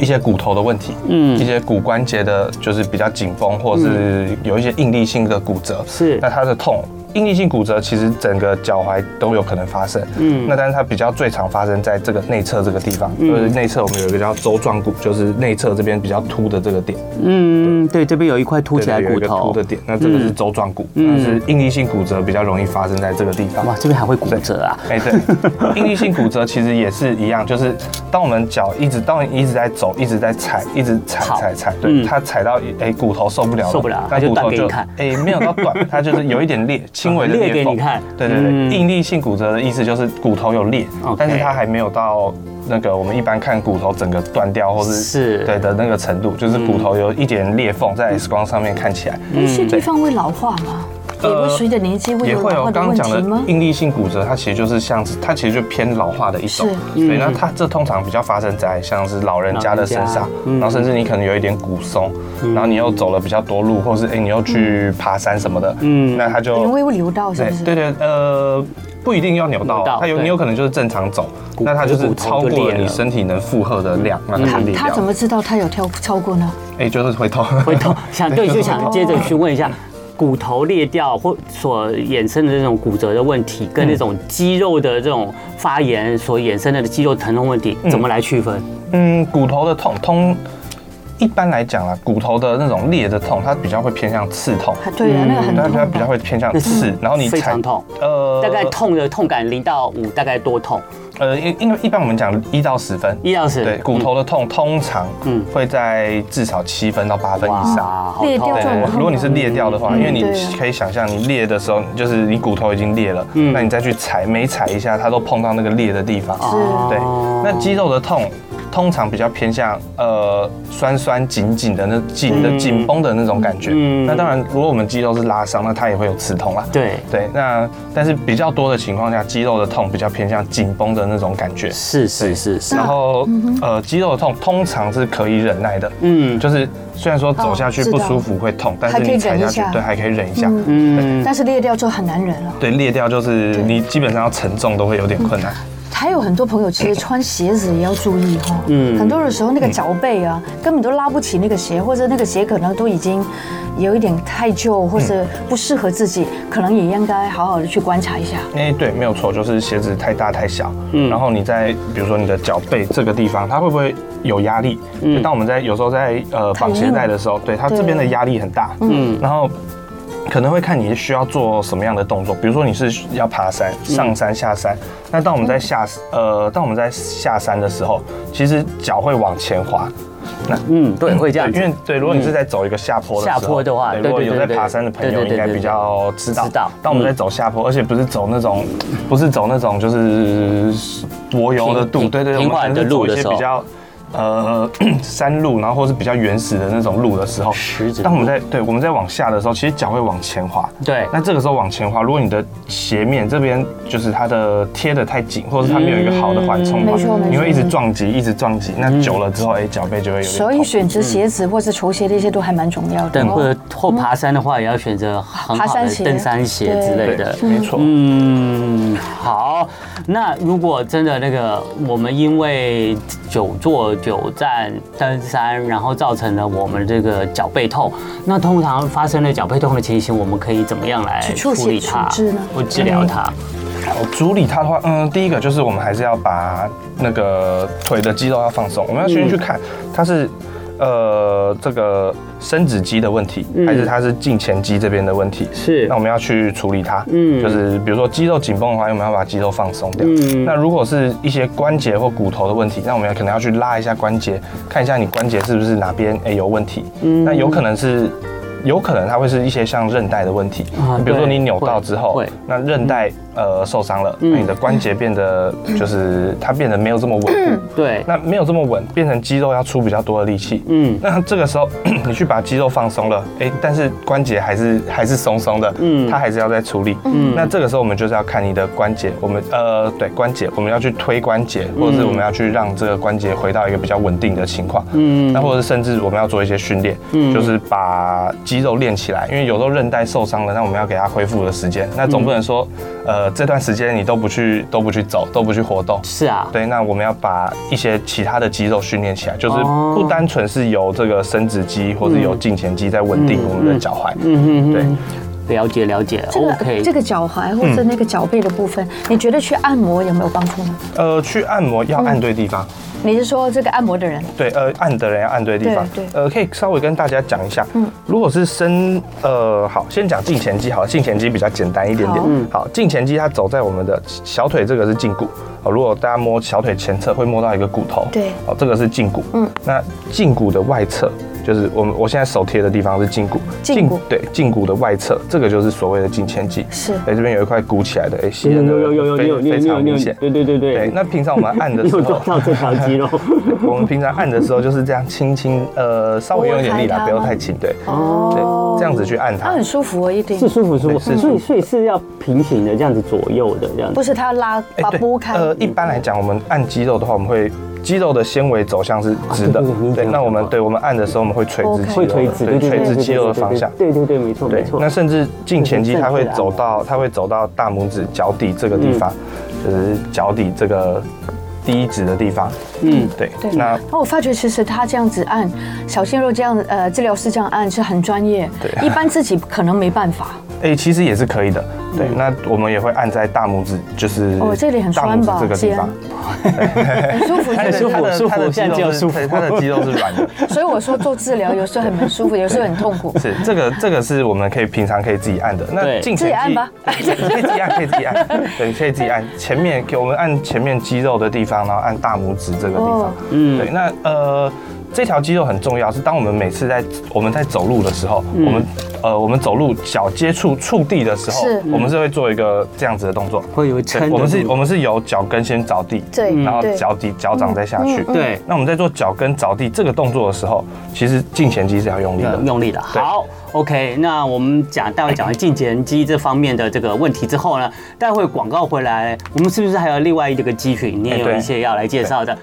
Speaker 4: 一些骨头的问题，
Speaker 2: 嗯嗯
Speaker 4: 嗯，一些骨关节的，就是比较紧绷，或者是有一些应力性的骨折，
Speaker 2: 是
Speaker 4: 那它的痛。应力性骨折其实整个脚踝都有可能发生，
Speaker 2: 嗯嗯
Speaker 4: 嗯，那但是它比较最常发生在这个内侧这个地方，就是内侧我们有一个叫舟状骨，就是内侧这边比较凸的这个点，
Speaker 2: 嗯，对，这边有一块凸起来
Speaker 4: 对对有
Speaker 2: 骨
Speaker 4: 一个凸
Speaker 2: 头
Speaker 4: 的，点，那这个是舟状骨，
Speaker 2: 嗯
Speaker 4: 但是应力性骨折比较容易发生在这个地方。
Speaker 2: 哇，这边还会骨折啊，*laughs*
Speaker 4: 哎、对，应力性骨折其实也是一样，就是当我们脚一直，当你一直在走，一直在踩，一直踩
Speaker 2: 好
Speaker 4: 踩踩，
Speaker 2: 嗯
Speaker 4: 对，它踩到哎、骨头受不了了，
Speaker 2: 受不了
Speaker 4: 那
Speaker 2: 它就
Speaker 4: 骨
Speaker 2: 断
Speaker 4: 头
Speaker 2: 给你看啊
Speaker 4: 哎、没有到断， *laughs* 它就是有一点裂，轻微的
Speaker 2: 裂
Speaker 4: 裂
Speaker 2: 给
Speaker 4: 缝
Speaker 2: 你看
Speaker 4: 对对对，
Speaker 2: 嗯
Speaker 4: 应力性骨折的意思就是骨头有裂
Speaker 2: OK
Speaker 4: 但是它还没有到那个我们一般看骨头整个断掉或是
Speaker 2: 是嗯
Speaker 4: 对的那个程度，就是骨头有一点裂缝，在 X 光上面看起来。
Speaker 1: 那些地方会老化吗？也会随着年纪会
Speaker 4: 呃也
Speaker 1: 有
Speaker 4: 会
Speaker 1: 老
Speaker 4: 有
Speaker 1: 化的
Speaker 4: 刚
Speaker 1: 问
Speaker 4: 刚讲
Speaker 1: 题吗
Speaker 4: 的？应力性骨折，它其实就是像是它其实就偏老化的一种，
Speaker 1: 是
Speaker 2: 嗯
Speaker 4: 对。那它这通常比较发生在像是老人家的身
Speaker 2: 老人
Speaker 4: 上
Speaker 2: 家，嗯
Speaker 4: 然后甚至你可能有一点骨松，然后你又走了比较多路，或是哎你又去爬山什么的，
Speaker 2: 嗯
Speaker 4: 嗯，那它
Speaker 1: 因
Speaker 4: 就
Speaker 1: 为会流到是
Speaker 4: 对
Speaker 1: 不是？
Speaker 4: 对对呃。不一定要扭
Speaker 2: 扭到
Speaker 4: 到，它有
Speaker 2: 对
Speaker 4: 你有可能就是正常走，
Speaker 2: 骨
Speaker 4: 那它就是
Speaker 2: 骨头
Speaker 4: 超
Speaker 2: 就裂
Speaker 4: 过了
Speaker 2: 了嗯
Speaker 4: 你身体能负荷的量，那它
Speaker 1: 他
Speaker 4: 就裂
Speaker 1: 他
Speaker 4: 掉
Speaker 1: 怎
Speaker 4: 了。
Speaker 1: 么知道他有跳超过呢？
Speaker 4: 哎，就是会痛，
Speaker 2: 会
Speaker 4: *laughs*
Speaker 2: 痛，想对，就想接着询问一下。骨头裂掉或所衍生的这种骨折的问题，跟那种肌肉的这种发炎所衍生的肌肉疼痛问题，怎么来区分？
Speaker 4: 嗯，骨头的痛通。一般来讲啊，骨头的那种裂的痛，它比较会偏向刺痛，
Speaker 1: 啊对啊，那个很
Speaker 4: 它
Speaker 1: 痛
Speaker 4: 嗯它
Speaker 1: 的。
Speaker 4: 比较会偏向刺，然后你
Speaker 2: 嗯非
Speaker 4: 踩
Speaker 2: 常痛，
Speaker 4: 呃
Speaker 2: 大概痛的痛感零到五，大概多痛？
Speaker 4: 呃，因因为一般我们讲一到十分，
Speaker 2: 一到十
Speaker 4: 对骨头的痛通常
Speaker 2: 嗯
Speaker 4: 会在至少七分到八分以上。
Speaker 2: 哇，好
Speaker 1: 裂
Speaker 2: 痛
Speaker 1: 掉！
Speaker 4: 对
Speaker 1: 这种
Speaker 4: 对，
Speaker 1: 痛
Speaker 4: 如果你是裂掉的话，
Speaker 1: 嗯
Speaker 4: 因为你
Speaker 1: 对啊
Speaker 4: 可以想象，你裂的时候，就是你骨头已经裂了，
Speaker 2: 嗯哦
Speaker 4: 那你再去踩，每踩一下，它都碰到那个裂的地方。
Speaker 1: 是
Speaker 4: 对，那肌肉的痛通常比较偏向呃酸酸紧紧的那紧的
Speaker 2: 嗯
Speaker 4: 紧绷的那种感觉。
Speaker 2: 嗯
Speaker 4: 那当然，如果我们肌肉是拉伤，那它也会有刺痛啦。
Speaker 2: 对，
Speaker 4: 对，那但是比较多的情况下，肌肉的痛比较偏向紧绷的那种感觉。
Speaker 2: 是啊是是是，
Speaker 4: 然后呃，肌肉的痛通常是可以忍耐的，
Speaker 2: 嗯
Speaker 4: 就是虽然说走下去
Speaker 1: 哦知
Speaker 4: 不
Speaker 1: 道
Speaker 4: 舒服会痛，但是
Speaker 1: 还可以
Speaker 4: 你踩
Speaker 1: 忍一
Speaker 4: 下去
Speaker 1: 下，
Speaker 4: 对，还可以忍一下。
Speaker 2: 嗯，
Speaker 1: 但是裂掉就很难忍了。
Speaker 4: 对，裂掉就是你基本上要承重都会有点困难。
Speaker 1: 还有很多朋友其实穿鞋子也要注意哈、
Speaker 2: 嗯
Speaker 1: 很多的时候那个脚背啊，根本都拉不起那个鞋，或者那个鞋可能都已经有一点太旧，或
Speaker 4: 嗯
Speaker 1: 者不适合自己，可能也应该好好的去观察一下。
Speaker 4: 哎、对，没有错，就是鞋子太大太小，
Speaker 2: 嗯
Speaker 4: 然后你在比如说你的脚背这个地方，它会不会有压力？
Speaker 2: 嗯
Speaker 4: 就当我们在有时候在呃
Speaker 1: 太
Speaker 4: 绑
Speaker 1: 硬
Speaker 4: 鞋带的时候，对它
Speaker 1: 对
Speaker 4: 这边的压力很大，
Speaker 2: 嗯
Speaker 4: 嗯，然后可能会看你需要做什么样的动作，比如说你是要爬山、
Speaker 2: 嗯
Speaker 4: 上山、下山。那当我们在下呃，当我们在下山的时候，其实脚会往前滑，
Speaker 2: 嗯，对，会这样子，
Speaker 4: 对因为对，如果你是在走一个下坡的时候
Speaker 2: 下坡的话
Speaker 4: 对
Speaker 2: 对
Speaker 4: 如果
Speaker 2: 对
Speaker 4: 有
Speaker 2: 对
Speaker 4: 在
Speaker 2: 对
Speaker 4: 爬山的朋
Speaker 2: 对
Speaker 4: 友
Speaker 2: 对
Speaker 4: 应该
Speaker 2: 对对
Speaker 4: 比较知道。
Speaker 2: 知道嗯
Speaker 4: 当我们在走下坡，而且不是走那种，不是走那种就是柏油的
Speaker 2: 平
Speaker 4: 路，对对，对
Speaker 2: 平
Speaker 4: 我们可
Speaker 2: 缓
Speaker 4: 能
Speaker 2: 的
Speaker 4: 是走
Speaker 2: 路的
Speaker 4: 一些
Speaker 2: 时候
Speaker 4: 比较。呃， *clears throat* 山路，然后或是比较原始的那种路的时候
Speaker 2: 石子，
Speaker 4: 当我们
Speaker 2: 路
Speaker 4: 在对我们在往下的时候，其实脚会往前滑，
Speaker 2: 对，
Speaker 4: 那这个时候往前滑，如果你的鞋面这边就是它的贴的太紧，或者是它没有一个好的缓冲的
Speaker 1: 嗯没错
Speaker 4: 话
Speaker 1: 没，错嗯
Speaker 4: 你会一直撞击，一直撞击，那久了之后，哎，脚背就会有点嗯
Speaker 1: 所
Speaker 4: 痛
Speaker 1: 以。选择鞋子或者球鞋这些都还蛮重要的。
Speaker 2: 对，或
Speaker 1: 哦
Speaker 2: 者或爬山的话，也要选择很
Speaker 1: 爬
Speaker 2: 好
Speaker 1: 山
Speaker 2: 的
Speaker 1: 鞋
Speaker 2: 登山鞋之类的。
Speaker 4: 没错。
Speaker 2: 嗯，好。那如果真的那个，我们因为久坐、久站、登山，然后造成了我们这个脚背痛，那通常发生了脚背痛的情形，我们可以怎么样来
Speaker 1: 去
Speaker 2: 处
Speaker 1: 处
Speaker 2: 理
Speaker 1: 置
Speaker 2: 它
Speaker 1: 处置呢嗯
Speaker 2: 或治疗它？
Speaker 4: 好处理它的话，嗯，第一个就是我们还是要把那个腿的肌肉要放松，我们
Speaker 2: 嗯
Speaker 4: 要先去看它是。呃，这个伸直肌的问题，还是它是胫前肌这边的问题？
Speaker 2: 嗯是
Speaker 4: 那我们要去处理它。
Speaker 2: 嗯
Speaker 4: 嗯，就是比如说肌肉紧绷的话，我们要把肌肉放松掉。
Speaker 2: 嗯
Speaker 4: 那如果是一些关节或骨头的问题，那我们可能要去拉一下关节，看一下你关节是不是哪边哎有问题。
Speaker 2: 嗯
Speaker 4: 那有可能是，有可能它会是一些像韧带的问题
Speaker 2: 啊，
Speaker 4: 比如说
Speaker 2: 对
Speaker 4: 你扭到
Speaker 2: 会
Speaker 4: 之后
Speaker 2: 会，嗯
Speaker 4: 那韧带呃受伤了，那你的关节
Speaker 2: *coughs*
Speaker 4: 变得就是它变得没有这么稳
Speaker 2: 嗯
Speaker 4: 固，
Speaker 2: 对，
Speaker 4: 那没有这么稳，变成肌肉要出比较多的力气。
Speaker 2: 嗯
Speaker 4: 那这个时候 *clears throat* 你去把肌肉放松了，哎、但是关节还是还是松松的，
Speaker 2: 嗯
Speaker 4: 嗯，它还是要再处理。嗯，那这个时候我们就是要看你的关节，我们呃对关节，我们要去推关节，或者是我们要去让这个关节回到一个比较稳定的情况。
Speaker 2: 嗯
Speaker 4: 嗯，那或者甚至我们要做一些训练，就是把肌肉练起来，因为有时候韧带受伤了，那我们要给它恢复的时间，那总不能说，呃这段时间你都不去都不去走，都不去活动，
Speaker 2: 是啊，
Speaker 4: 对，那我们要把一些其他的肌肉训练起来，就是
Speaker 2: 哦
Speaker 4: 不单纯是由这个伸直肌或者由胫前肌在稳定
Speaker 2: 嗯
Speaker 4: 我们的脚踝。
Speaker 2: 嗯
Speaker 4: 对，
Speaker 2: 了解了解
Speaker 1: 这
Speaker 2: ，OK，
Speaker 1: 个这个脚踝或者那个脚背的部
Speaker 4: 嗯
Speaker 1: 分，你觉得去按摩有没有帮助呢？
Speaker 4: 呃，去按摩要按对地方，
Speaker 1: 你是说这个按摩的人？
Speaker 4: 对，呃，按的人要按对地方。
Speaker 1: 对对
Speaker 4: 呃，可以稍微跟大家讲一下，嗯，如果是伸，呃，好，先讲胫前肌，好了，胫前肌比较简单一点点
Speaker 1: 好。
Speaker 4: 嗯，好，胫前肌它走在我们的小腿，这个是胫骨。哦，如果大家摸小腿前侧会摸到一个骨头，
Speaker 1: 对
Speaker 4: 哦，这个是胫骨。嗯，那胫骨的外侧。就是我们我现在手贴的地方是胫骨，
Speaker 1: 胫骨
Speaker 4: 对胫骨的外侧，这个就是所谓的胫前肌。
Speaker 1: 是
Speaker 4: 哎，这边有一块鼓起来的，哎，
Speaker 2: 有
Speaker 4: 显得
Speaker 2: 有有有
Speaker 4: 非
Speaker 2: 有有
Speaker 4: 非
Speaker 2: 有
Speaker 4: 常
Speaker 2: 有
Speaker 4: 明
Speaker 2: 有，
Speaker 4: 显。
Speaker 2: 对对对
Speaker 4: 对，
Speaker 2: 对，
Speaker 4: 那平常我们按的时
Speaker 2: 又 *laughs*
Speaker 4: 候，
Speaker 2: 撞到这条肌肉。 *laughs*
Speaker 4: 我们平常按的时候就是这样轻轻，呃，稍微用一点力啦，
Speaker 1: 拨开它吗
Speaker 4: 不要太轻，对，对
Speaker 1: 哦，，
Speaker 4: 这样子去按
Speaker 1: 它
Speaker 4: 它
Speaker 1: 很。舒服哦，一定
Speaker 2: 是舒服舒服，
Speaker 4: 对是
Speaker 2: 所以
Speaker 4: 舒服
Speaker 2: 所以是要平行的这样子左右的这样子
Speaker 1: 不。是它要拉把它拨开。
Speaker 4: 呃，一般来讲，我们按肌肉的话，我们会肌肉的纤维走向是直的
Speaker 2: 啊对对对你，
Speaker 4: 对。
Speaker 2: 讲
Speaker 4: 那我
Speaker 2: 过
Speaker 4: 们对我们按的时候，我们会垂直肌肉，
Speaker 2: 会垂直，对对
Speaker 4: 垂
Speaker 2: 对
Speaker 4: 直
Speaker 2: 对
Speaker 4: 肌
Speaker 2: 对
Speaker 4: 肉的
Speaker 2: 对
Speaker 4: 方向。
Speaker 2: 对对对，没错没
Speaker 4: 对，
Speaker 2: 错
Speaker 4: 那。甚至胫前肌
Speaker 2: 就是
Speaker 4: 它会
Speaker 2: 正确的
Speaker 4: 走
Speaker 2: 按
Speaker 4: 到，它会走到大拇指、脚底这个地方，就是脚底这个第一指的地方。
Speaker 2: 嗯，
Speaker 4: 对
Speaker 1: 对，，
Speaker 4: 那
Speaker 1: 那我发觉其实他这样子按，小鲜肉这样呃治疗师这样按是很专业，
Speaker 4: 对
Speaker 1: 一般自己可能没办法。
Speaker 4: 哎、其实也是可以的。对，
Speaker 2: 嗯
Speaker 4: 那我们也会按在大拇指，就是
Speaker 1: 哦这里很
Speaker 4: 大
Speaker 1: 酸
Speaker 4: 拇指
Speaker 1: 吧
Speaker 4: 这个地
Speaker 1: 肩
Speaker 4: 方。
Speaker 1: 很舒服，
Speaker 4: 它
Speaker 1: 就
Speaker 4: 的
Speaker 1: 是
Speaker 2: 舒服
Speaker 4: 它的
Speaker 2: 舒服
Speaker 4: 它的肌
Speaker 2: 现在
Speaker 4: 肉
Speaker 2: 只有
Speaker 4: 是
Speaker 2: 舒服
Speaker 4: 对它的肌肉是软的。
Speaker 1: 所以我说做治疗有时候很蛮舒服，有时候很痛苦。
Speaker 4: 是这个这个是我们可以平常可以自己按的，那
Speaker 2: 对
Speaker 4: 胫前
Speaker 1: 自己按吧
Speaker 4: 对可以自己按，可以自己按，对，可以自己按。前面给我们按前面肌肉的地方，然后按大拇指这个地
Speaker 1: 哦
Speaker 4: 方，嗯，对，那呃。这条肌肉很重要，是当我们每次在我们在走路的时候，
Speaker 2: 嗯
Speaker 4: 我们呃我们走路脚接触触地的时候
Speaker 1: 是，
Speaker 4: 我们是会做一个这样子的动作。
Speaker 2: 会有
Speaker 4: 对
Speaker 2: 撑。嗯
Speaker 4: 我们是，我们是由脚跟先着地，
Speaker 1: 对
Speaker 4: 然后
Speaker 1: 对嗯
Speaker 4: 脚底脚掌再下去。
Speaker 2: 对
Speaker 4: 那我们在做脚跟着地这个动作的时候，其实胫前肌是要用力的
Speaker 2: 要。嗯用力的。
Speaker 4: 对
Speaker 2: 好，OK，那我们讲待会讲完胫前肌这方面的这个问题之后呢，待会广告回来，我们是不是还有另外一个肌群，你也
Speaker 4: 哎
Speaker 2: 有
Speaker 4: 对
Speaker 2: 一些要来介绍的？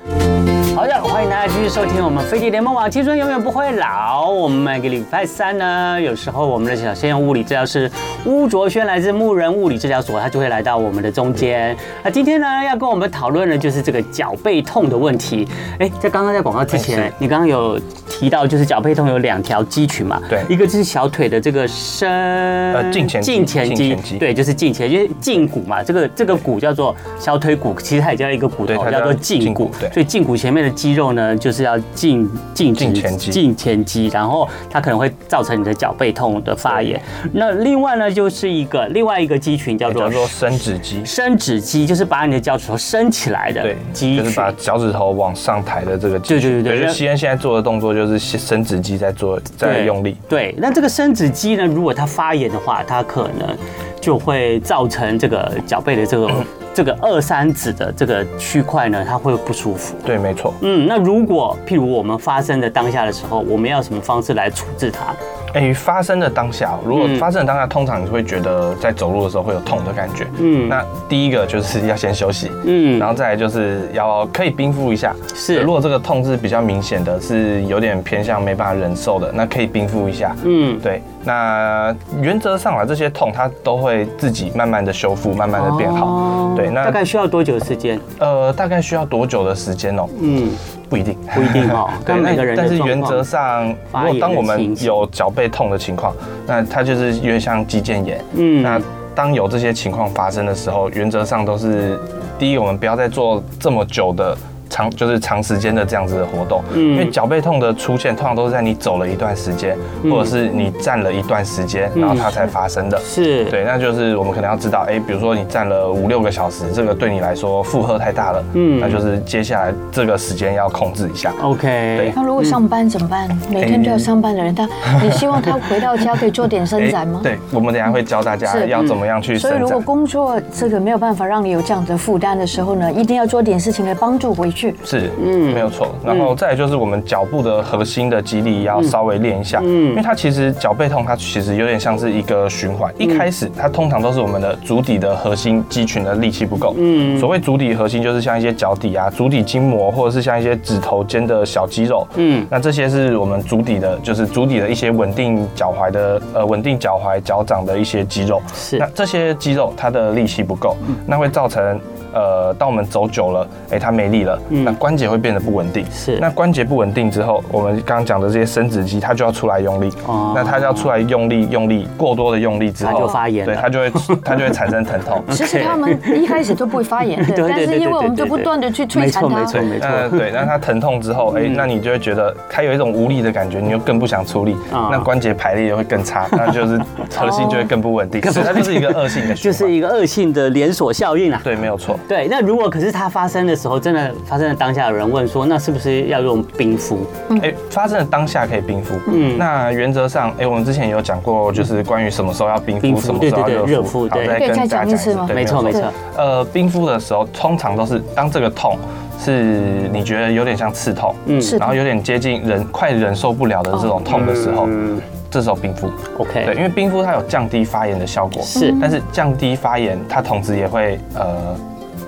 Speaker 2: 好的，欢迎大家继续收听我们飞碟联盟网《青春永远不会老》。我们每个礼拜三呢，有时候我们的小先生物理治疗师巫卓轩来自牧人物理治疗所，他就会来到我们的中间。那今天呢，要跟我们讨论的就是这个脚背痛的问题。哎，在刚刚在广告之
Speaker 4: 哎
Speaker 2: 前
Speaker 4: 是，
Speaker 2: 你刚刚有提到就是脚背痛有两条肌群嘛？
Speaker 4: 对
Speaker 2: 一个就是小腿的这个伸呃
Speaker 4: 胫前肌
Speaker 2: 胫前
Speaker 4: 胫
Speaker 2: 肌
Speaker 4: 前，肌
Speaker 2: 对，就是胫前，因为胫骨嘛，这个这个骨叫做小腿骨，其实它也叫一个骨
Speaker 4: 对
Speaker 2: 头
Speaker 4: 它
Speaker 2: 叫
Speaker 4: 叫
Speaker 2: 做胫
Speaker 4: 胫
Speaker 2: 骨
Speaker 4: 骨，
Speaker 2: 所
Speaker 4: 对
Speaker 2: 以所以胫骨前面的肌肉呢，就是要胫胫直
Speaker 4: 胫前肌
Speaker 2: 胫前肌，然后它可能会造成你的脚背痛的发炎。那另外呢，就是一个另外一个肌群叫
Speaker 4: 也
Speaker 2: 做
Speaker 4: 叫做伸直肌，
Speaker 2: 伸指肌，就是把你的脚趾头伸起来的
Speaker 4: 对，
Speaker 2: 肌
Speaker 4: 就
Speaker 2: 群
Speaker 4: 是。把脚趾头往上抬的这个肌
Speaker 2: 对对
Speaker 4: 群。
Speaker 2: 对对
Speaker 4: 就西安现在做的动作就是伸直肌在做，在
Speaker 2: 对
Speaker 4: 用力。
Speaker 2: 对，那这个伸指肌呢，如果它发炎的话，它可能就会造成这个脚背的这个
Speaker 4: *clears throat*
Speaker 2: 这个二三指的这个区块呢，它会不舒服。
Speaker 4: 对，没错。
Speaker 2: 嗯，那如果譬如我们发生的当下的时候，我们要什么方式来处置它？
Speaker 4: 哎、发生的当下，哦如果
Speaker 2: 嗯
Speaker 4: 发生的当下，通常你会觉得在走路的时候会有痛的感觉。
Speaker 2: 嗯
Speaker 4: 嗯，那第一个就是要先休息，
Speaker 2: 嗯
Speaker 4: 然后再来就是要可以冰敷一下。
Speaker 2: 是
Speaker 4: 如果这个痛是比较明显的，是有点偏向没办法忍受的，那可以冰敷一下。
Speaker 2: 嗯，
Speaker 4: 对，那原则上啊，这些痛它都会自己慢慢的修复，慢慢的变好。
Speaker 2: 哦
Speaker 4: 对，那
Speaker 2: 大概需要多久的时间？
Speaker 4: 呃，大概需要多久的时间哦？
Speaker 2: 嗯，
Speaker 4: 不一定，
Speaker 2: 不一定哦
Speaker 4: *laughs* 对，
Speaker 2: 看每
Speaker 4: 那
Speaker 2: 个人的
Speaker 4: 但是
Speaker 2: 状况
Speaker 4: 原则上，
Speaker 2: 发
Speaker 4: 如
Speaker 2: 炎的
Speaker 4: 果当我
Speaker 2: 情
Speaker 4: 们
Speaker 2: 形
Speaker 4: 有脚背痛的情况，那它就是有点像肌腱炎。
Speaker 2: 嗯
Speaker 4: 那当有这些情况发生的时候，原则上都是第一，我们不要再做这么久的。长就是长时间的这样子的活动，因为脚背痛的出现通常都是在你走了一段时间，或者是你站了一段时间，然后它才发生的。
Speaker 2: 是，
Speaker 4: 对，那就是我们可能要知道，哎、比如说你站了五六个小时，这个对你来说负荷太大了，
Speaker 2: 嗯
Speaker 4: 嗯，那就是接下来这个时间要控制一下。
Speaker 2: ，OK，
Speaker 1: 那如果上班怎么办？每天都要上班的人，他你希望他回到家可以做点伸展吗？
Speaker 4: 诶。对，我们等一下会教大家
Speaker 1: 是
Speaker 4: 要怎么样去
Speaker 1: 所以，
Speaker 4: 伸
Speaker 1: 如果
Speaker 4: 展。
Speaker 1: 工作这个没有办法让你有这样的负担的时候呢，一定要做点事情来帮助回去。
Speaker 4: 是，嗯，没有错。然后再来就是我们脚部的核心的肌力要稍微练一下，
Speaker 2: 嗯
Speaker 4: 嗯，因为它其实脚背痛，它其实有点像是一个循环。一开始它通常都是我们的足底的核心肌群的力气不够，嗯，所谓足底核心就是像一些脚底啊、足底筋膜，或者是像一些指头间的小肌肉，
Speaker 2: 嗯
Speaker 4: 嗯，那这些是我们足底的，就是足底的一些稳定脚踝的呃稳定脚踝脚掌的一些肌肉，
Speaker 2: 是嗯
Speaker 4: 那这些肌肉它的力气不够，那会造成呃，当我们走久了，哎、它没力了，那关节会变得不稳定。
Speaker 2: 嗯是
Speaker 4: 那关节不稳定之后，我们刚刚讲的这些伸直肌，它就要出来用力。
Speaker 2: 哦
Speaker 4: 那它就要出来用力，用力过多的用力之后，
Speaker 2: 它就发炎了
Speaker 4: 对，它就会它就会产生疼
Speaker 2: *laughs*
Speaker 4: 痛。
Speaker 1: 其实他们一开始都不会发炎的，
Speaker 2: 对
Speaker 1: 但是因为我们
Speaker 2: 对对对
Speaker 1: 就不断的去
Speaker 2: 没
Speaker 1: 摧残
Speaker 2: 错没
Speaker 1: 它
Speaker 2: 错，嗯没
Speaker 4: 那
Speaker 2: 错，
Speaker 4: 呃对，那它疼痛之后，哎、那你就会觉得它有一种无力的感觉，你又更不想出力，
Speaker 2: 啊哦
Speaker 4: 那关节排列也会更
Speaker 2: *laughs*
Speaker 4: 差，那就是核心就会更不稳定，所以它就是一个恶性的
Speaker 2: 就
Speaker 4: 循环。
Speaker 2: 是一个恶性的连锁效应啊。
Speaker 4: 对，没有错。
Speaker 2: 对，那如果可是它发生的时候，真的发生的当下，有人问说，那是不是要用冰敷？
Speaker 4: 哎、发生的当下可以冰敷。嗯，那原则上，哎、我们之前有讲过，就是关于什么时候要冰
Speaker 2: 冰
Speaker 4: 敷，
Speaker 2: 敷
Speaker 4: 什么时候
Speaker 2: 对对
Speaker 4: 要
Speaker 2: 对
Speaker 4: 热敷。
Speaker 2: 热敷对
Speaker 4: 好再
Speaker 1: 可以
Speaker 4: 跟
Speaker 1: 再
Speaker 4: 大
Speaker 1: 讲
Speaker 4: 家
Speaker 1: 一
Speaker 4: 讲
Speaker 1: 次吗
Speaker 4: 对
Speaker 2: 没错没
Speaker 4: 错。
Speaker 2: 错
Speaker 1: 对，
Speaker 4: 呃，冰敷的时候，通常都是当这个痛是你觉得有点像刺痛，嗯
Speaker 1: 刺痛
Speaker 4: 然后有点接近忍快忍受不了的这
Speaker 2: 哦
Speaker 4: 种痛的时候，
Speaker 2: 嗯
Speaker 4: 这时候冰敷。嗯对，因
Speaker 2: ，OK，
Speaker 4: 为冰敷它有降低发炎的效果，
Speaker 2: 是
Speaker 4: 但是降低发炎，它同时也会呃，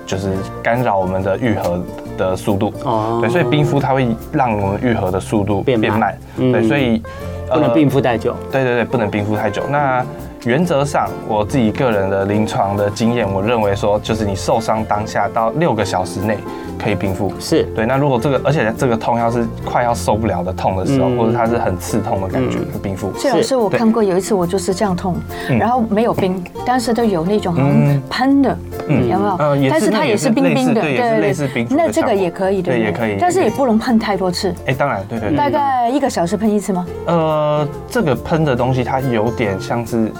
Speaker 4: 就是干扰我们的愈合的速度。
Speaker 2: 哦
Speaker 4: 对，所以冰敷它会让我们愈合的速度
Speaker 2: 变
Speaker 4: 变
Speaker 2: 慢
Speaker 4: 慢。
Speaker 2: 嗯
Speaker 4: 对，所以呃
Speaker 2: 不能冰敷太久。
Speaker 4: 对对对，不能冰敷太久。那原则上，我自己个人的临床的经验，我认为说，就是你受伤当下到六个小时内可以冰敷。
Speaker 2: 是
Speaker 4: 对，那如果这个，而且这个痛要是快要受不了的痛的时候，
Speaker 2: 嗯
Speaker 4: 或者它是很刺痛的感觉，冰敷。
Speaker 1: 最好是我看过有一次我就是这样痛，然后没有冰，但是都有那种好像
Speaker 4: 嗯
Speaker 1: 喷的，
Speaker 4: 嗯
Speaker 1: 有没有
Speaker 4: 嗯也？是
Speaker 1: 但是
Speaker 4: 那
Speaker 1: 它
Speaker 4: 个
Speaker 1: 也
Speaker 4: 也
Speaker 1: 是
Speaker 4: 是
Speaker 1: 冰冰的，
Speaker 4: 类似对也是类似冰敷的
Speaker 1: 那这
Speaker 4: 效
Speaker 1: 个
Speaker 4: 果
Speaker 1: 也可以，对不
Speaker 4: 对
Speaker 1: 对？
Speaker 4: 也可以
Speaker 1: 但是
Speaker 4: 也
Speaker 1: 也
Speaker 4: 可以
Speaker 1: 不能喷太多次，
Speaker 4: 哎、当然，对对对。
Speaker 1: 大概一个小时喷一次吗？
Speaker 4: 呃，这个喷的东西它有点像是，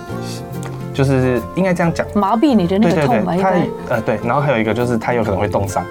Speaker 4: 就是应该这样讲。
Speaker 1: 麻痹你的那
Speaker 4: 对
Speaker 1: 个
Speaker 4: 对
Speaker 1: 痛嘛，
Speaker 4: 对，
Speaker 1: 应
Speaker 4: 它
Speaker 1: 该。
Speaker 4: 呃对，然后还有一个就是它有可能会冻伤，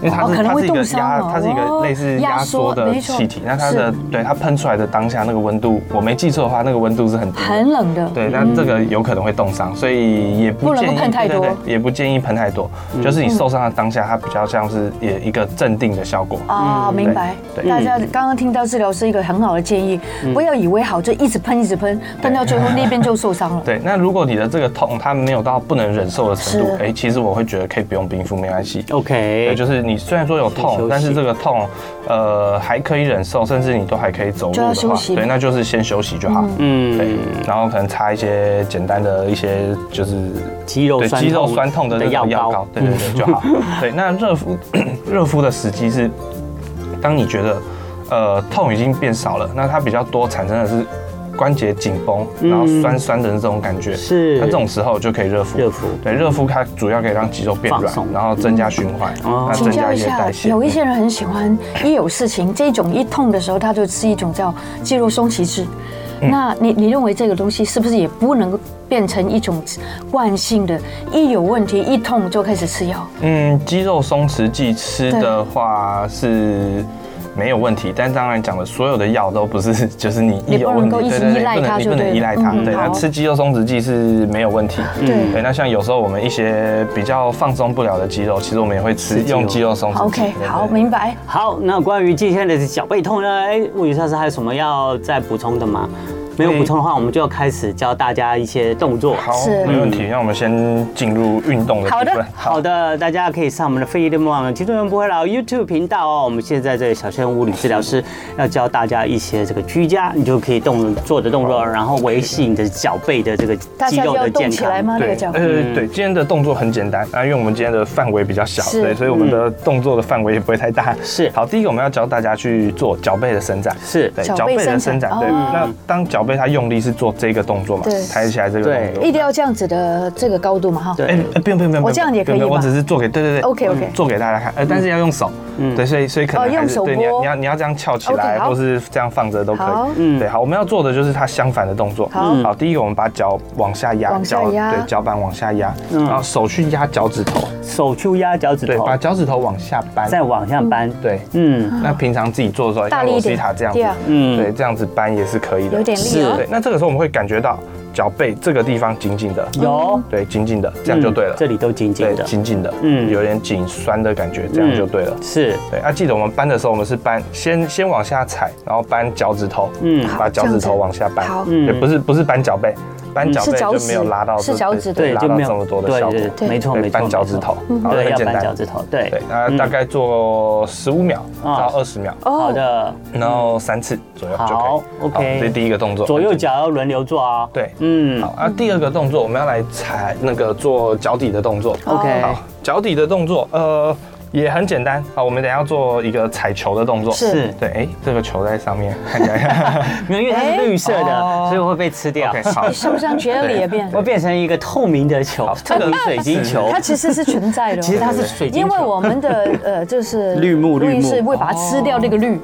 Speaker 4: 因为它
Speaker 1: 哦
Speaker 4: 是
Speaker 1: 可能
Speaker 4: 它
Speaker 1: 会
Speaker 4: 是一个
Speaker 1: 冻伤
Speaker 4: 压，
Speaker 1: 哦
Speaker 4: 它是一个类
Speaker 1: 哦
Speaker 4: 似
Speaker 1: 压
Speaker 4: 压
Speaker 1: 缩
Speaker 4: 缩的
Speaker 1: 没错
Speaker 4: 气体。那它的
Speaker 1: 是
Speaker 4: 对它喷出来的当下那个温度，我没记错的话，那个温度是很低的。
Speaker 1: 很冷的，
Speaker 4: 对，那这个有可能会冻伤，所以也
Speaker 1: 不
Speaker 4: 不
Speaker 1: 能
Speaker 4: 建
Speaker 1: 够
Speaker 4: 议
Speaker 1: 喷太多
Speaker 4: 对对对也不建议喷太多。就是你受伤的当下，它比较像是也一个镇定的效果。
Speaker 1: 啊，明白。
Speaker 4: 嗯对嗯
Speaker 1: 大家刚刚听到治疗是一个很好的建议，不要以为好就一直喷一直喷，喷到最后那边就受伤了。
Speaker 4: 对，那如果你的这个痛它没有到不能忍受的程度
Speaker 1: 是，
Speaker 4: 哎，其实我会觉得可以不用冰敷，没关系。对，
Speaker 2: OK，
Speaker 4: 就是你虽然说有
Speaker 2: 休息
Speaker 4: 痛，但是这个痛，呃，还可以忍受，甚至你都还可以走路
Speaker 1: 就要
Speaker 4: 的
Speaker 1: 休
Speaker 4: 话，
Speaker 1: 息
Speaker 4: 对，那就是先休息就好。对
Speaker 2: 嗯，，
Speaker 4: 然后可能擦一些简单的一些就是
Speaker 2: 肌肉
Speaker 4: 对
Speaker 2: 酸
Speaker 4: 肌肉
Speaker 2: 痛
Speaker 4: 酸痛的
Speaker 2: 的
Speaker 4: 那种
Speaker 2: 药
Speaker 4: 药膏
Speaker 2: 膏，
Speaker 4: 对对对就
Speaker 2: *laughs*
Speaker 4: 好。对，那热敷热敷的时机是当你觉得呃痛已经变少了，那它比较多产生的是关节紧绷，然后酸酸的这种感觉。
Speaker 2: 嗯是
Speaker 4: 那这种时候就可以热敷。
Speaker 2: 热敷
Speaker 4: 对，热敷它主要可以让肌肉变
Speaker 2: 放
Speaker 4: 软
Speaker 2: 松，
Speaker 4: 然后增加循环，
Speaker 2: 哦
Speaker 4: 那
Speaker 1: 请
Speaker 4: 增
Speaker 1: 教
Speaker 4: 加
Speaker 1: 一
Speaker 4: 一些
Speaker 1: 下
Speaker 4: 代，谢。
Speaker 2: 嗯
Speaker 1: 有一些人很喜欢，一有事情这种一痛的时候，他就吃一种叫肌肉松弛剂。
Speaker 2: 嗯
Speaker 1: 那你你认为这个东西是不是也不能够变成一种惯性的？一有问题一痛就开始吃药，
Speaker 4: 嗯，肌肉松弛剂吃的话是没有问题，但当然讲的所有的药都不是，就是你
Speaker 1: 你
Speaker 4: 一有
Speaker 1: 不能
Speaker 4: 问题，
Speaker 1: 够一直依赖
Speaker 4: 不
Speaker 1: 它
Speaker 4: 能你
Speaker 1: 就
Speaker 4: 不能
Speaker 1: 对
Speaker 4: 依
Speaker 1: 了
Speaker 4: 赖它。
Speaker 1: 嗯
Speaker 4: 对，那
Speaker 1: 好
Speaker 4: 吃肌肉松弛剂是没有问题。
Speaker 1: 对
Speaker 4: 对，那像有时候我们一些比较放松不了的肌肉，其实我们也会吃
Speaker 2: 吃肌肉
Speaker 4: 用肌肉松弛剂。
Speaker 1: ，OK，
Speaker 4: 对
Speaker 1: 好，。
Speaker 4: 对
Speaker 1: 明白。
Speaker 2: 好，那关于今天的脚背痛呢？哎，物理上是还有什么要再补充的吗？没有补充的话，我们就要开始教大家一些动作。
Speaker 4: 好，
Speaker 1: 是
Speaker 4: 没问题。那我们先进入运动的部
Speaker 1: 好的
Speaker 4: 分。
Speaker 2: 好的，大家可以上我们的飞碟梦网极度人不会老 YouTube 频道哦。我们现在这里小仙物理治疗师要教大家一些这个居家你就可以动做的动作，然后维系你的脚背的这个
Speaker 1: 大
Speaker 2: 肌
Speaker 1: 家
Speaker 2: 肉
Speaker 1: 要
Speaker 2: 的
Speaker 1: 动
Speaker 2: 健
Speaker 1: 起来
Speaker 2: 康。哎
Speaker 1: 吗？那
Speaker 4: 对
Speaker 1: 个，叫
Speaker 4: 呃，对，今天的动作很简单啊，因为我们今天的范围比较小，
Speaker 1: 是嗯
Speaker 4: 对，所以我们的动作的范围也不会太大。
Speaker 2: 是
Speaker 4: 好，第一个我们要教大家去做脚背的伸展，
Speaker 2: 是
Speaker 4: 对，
Speaker 1: 脚
Speaker 4: 脚
Speaker 1: 背
Speaker 4: 背的
Speaker 1: 伸
Speaker 4: 伸
Speaker 1: 展
Speaker 4: 展，对。
Speaker 1: 哦
Speaker 4: 那当脚背它用力是做这个动作嘛
Speaker 1: 对，
Speaker 4: 抬起来这个
Speaker 2: 对
Speaker 4: 动作。
Speaker 1: 一定要这样子的这个高度嘛，哈。
Speaker 2: 对
Speaker 4: 哎，哎不用不用不用，
Speaker 1: 我这样也可以
Speaker 4: 不用不用
Speaker 1: 吧
Speaker 4: 我只是做给对对对
Speaker 1: OK，OK
Speaker 4: 嗯做给大家看，呃，但是要用手，对，所以所以可
Speaker 1: 哦
Speaker 4: 能
Speaker 1: 用
Speaker 4: 还是
Speaker 1: 手
Speaker 4: 对你要
Speaker 1: 拨
Speaker 4: 你要你要这样翘起
Speaker 1: OK，
Speaker 4: 来，
Speaker 1: 好
Speaker 4: 或是这样放着都可
Speaker 1: 好
Speaker 2: 嗯
Speaker 4: 以。对，好，我们要做的就是它相反的动作。
Speaker 1: 好嗯
Speaker 4: 好，第一个我们把脚往下压，
Speaker 1: 往下
Speaker 4: 脚
Speaker 1: 压
Speaker 4: 对，脚板往下压，
Speaker 2: 嗯
Speaker 4: 然后手去压脚趾头，
Speaker 2: 手去压脚趾
Speaker 4: 对，
Speaker 2: 头，
Speaker 4: 把脚趾头往下扳，
Speaker 2: 再往下扳。
Speaker 4: 对。
Speaker 2: 嗯，
Speaker 4: 那平常自己做的时候，
Speaker 1: 大
Speaker 4: 像
Speaker 1: 力一
Speaker 4: 罗
Speaker 1: 点
Speaker 4: 西塔这样子
Speaker 1: 对啊，
Speaker 2: 嗯
Speaker 4: 对，这样子扳也是可以的，
Speaker 1: 有点力
Speaker 2: 是
Speaker 1: 哦。
Speaker 4: 对，那这个时候我们会感觉到脚背这个地方紧紧的，
Speaker 2: 有，
Speaker 4: 对，紧紧的，这样就对了
Speaker 2: 嗯。这里都紧紧
Speaker 4: 对，
Speaker 2: 的。
Speaker 4: 紧紧的，
Speaker 2: 嗯
Speaker 4: 嗯，有点紧酸的感觉，这样就对了。
Speaker 2: 是，
Speaker 4: 对，啊，记得我们搬的时候，我们是搬先先往下踩，然后搬脚趾头，
Speaker 2: 嗯
Speaker 4: 嗯，
Speaker 1: 好
Speaker 4: 把脚趾头往下搬
Speaker 1: 这样，子好嗯
Speaker 4: 对，不是不是搬脚背，搬脚
Speaker 1: 是
Speaker 4: 背
Speaker 1: 脚
Speaker 4: 就没有
Speaker 1: 趾
Speaker 4: 拉到这，
Speaker 1: 是脚趾
Speaker 4: 对，
Speaker 2: 对，
Speaker 4: 拉
Speaker 2: 就
Speaker 4: 到
Speaker 2: 没
Speaker 4: 这么
Speaker 2: 有，
Speaker 4: 多的效果。
Speaker 1: 对
Speaker 2: 对，没错，
Speaker 4: 对
Speaker 2: 没错，
Speaker 4: 搬脚趾头
Speaker 2: 没错
Speaker 4: 好
Speaker 2: 对，
Speaker 4: 很
Speaker 2: 要
Speaker 4: 简
Speaker 2: 搬
Speaker 4: 单
Speaker 2: 脚趾头，对
Speaker 4: 对，，那大概做十五秒
Speaker 2: 啊
Speaker 4: 到二十秒，
Speaker 1: 哦
Speaker 2: 好的，
Speaker 4: 然后三次左右就可以。
Speaker 2: 好，OK
Speaker 4: 这是第一个动作，
Speaker 2: 左右脚要轮流做啊。
Speaker 4: 对
Speaker 2: 嗯
Speaker 4: 好，啊，第二个动作我们要来踩那个做脚底的动作。
Speaker 1: 哦
Speaker 2: ，OK，
Speaker 1: 哎
Speaker 4: 好，脚底的动作，呃，也很简单。好，我们等一下做一个踩球的动作。
Speaker 1: 是
Speaker 2: 是，
Speaker 4: 对，哎、这个球在上面，看
Speaker 1: *laughs*
Speaker 4: 起来。
Speaker 2: 没有，因为它
Speaker 1: 哎
Speaker 2: 是绿色的，
Speaker 4: 哦
Speaker 2: 所以会被吃掉
Speaker 4: OK，，
Speaker 1: *laughs*
Speaker 4: 好
Speaker 1: 你。像不像
Speaker 2: *laughs*
Speaker 1: 觉得脸变？
Speaker 2: 会变成一个透明的球，透明水晶球
Speaker 1: 它。其实是存在的哦。
Speaker 2: *laughs* 其实它是水晶
Speaker 1: 因
Speaker 2: 球，
Speaker 1: 为我们的呃，就是
Speaker 2: 绿幕
Speaker 1: 路易
Speaker 2: 绿幕哦
Speaker 1: 是会把它吃掉那个绿，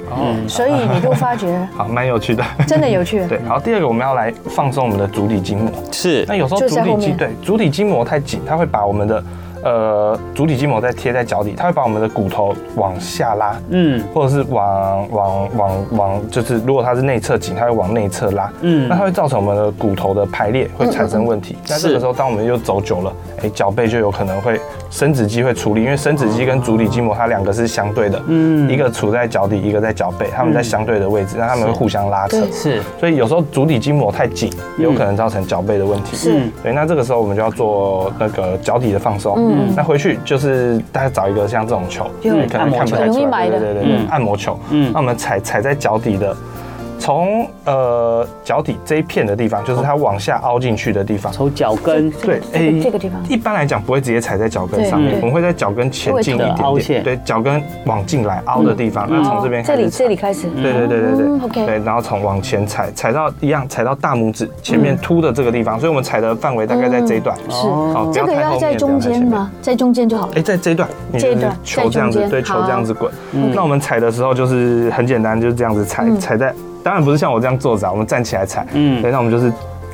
Speaker 1: 所以你就发觉
Speaker 4: 好，蛮有趣的。
Speaker 1: 真的有趣。
Speaker 4: 对，好，第二个我们要来放松我们的足底筋膜。
Speaker 2: 是
Speaker 4: 那有时候
Speaker 1: 就
Speaker 4: 足
Speaker 1: 在
Speaker 4: 底
Speaker 1: 后面
Speaker 4: 筋对足底筋膜太紧，它会把我们的呃足底筋膜再贴在脚底，它会把我们的骨头往下拉。
Speaker 2: 嗯，
Speaker 4: 或者是往往往往，就是如果它是内侧紧，它会往内侧拉，
Speaker 2: 嗯
Speaker 4: 嗯，那它会造成我们的骨头的排列会产生问题。那这
Speaker 2: 是
Speaker 4: 个时候，当我们又走久了，哎，脚背就有可能会伸直肌会处理，因为伸直肌跟足底筋膜它两个是相对的，嗯，一个处在脚底，一个在脚背，它们在相对的位置，那它们会互相拉扯
Speaker 1: 对。
Speaker 2: 是
Speaker 4: 所以有时候足底筋膜太紧，有可能造成脚背的问题。
Speaker 1: 是
Speaker 4: 对，那这个时候我们就要做那个脚底的放松。嗯，那回去就是大家找一个像这种球，
Speaker 1: 有
Speaker 4: 你可能看不太
Speaker 1: 很
Speaker 4: 出
Speaker 1: 容易
Speaker 4: 来，
Speaker 1: 买的
Speaker 4: 对对对对
Speaker 2: 嗯
Speaker 4: 按摩球。
Speaker 2: 嗯
Speaker 4: 嗯，那我们踩踩在脚底的，从呃脚底这一片的地方，就是它往下凹进去的地方。
Speaker 2: 从脚跟
Speaker 4: 对，
Speaker 1: 这个
Speaker 4: 诶
Speaker 1: 这个地方
Speaker 4: 一般来讲不会直接踩在脚跟上面
Speaker 1: 对，
Speaker 4: 我们会在脚跟前进一
Speaker 2: 会的凹
Speaker 4: 点
Speaker 2: 陷
Speaker 4: 点，对，脚跟往进来凹的地方，那从这边
Speaker 1: 嗯哦这
Speaker 4: 开
Speaker 1: 里
Speaker 4: 始
Speaker 1: 这
Speaker 4: 踩。
Speaker 1: 里开始，
Speaker 4: 对对对对
Speaker 1: 嗯
Speaker 4: 对
Speaker 1: ，OK
Speaker 4: 对，然后从往前踩，踩到一样，踩到大拇指前
Speaker 1: 嗯
Speaker 4: 面凸的这个地方，所以我们踩的范围大概在这一段，
Speaker 1: 是
Speaker 4: 好
Speaker 1: 哦这个要在中间？
Speaker 4: 哦不太后面不太前面
Speaker 1: 吗？在中间就好了
Speaker 4: 哎，。在这一段，你
Speaker 1: 这一
Speaker 4: 就是
Speaker 1: 段
Speaker 4: 球这样
Speaker 1: 在中
Speaker 4: 子
Speaker 1: 间，
Speaker 4: 对，球
Speaker 1: 好嗯
Speaker 4: 这样子滚。那我们踩的时候就是很简单，就是这样子踩，踩在，当然不是像我这样坐着啊，我们站起来踩，
Speaker 2: 嗯
Speaker 4: 嗯，对，那我们就是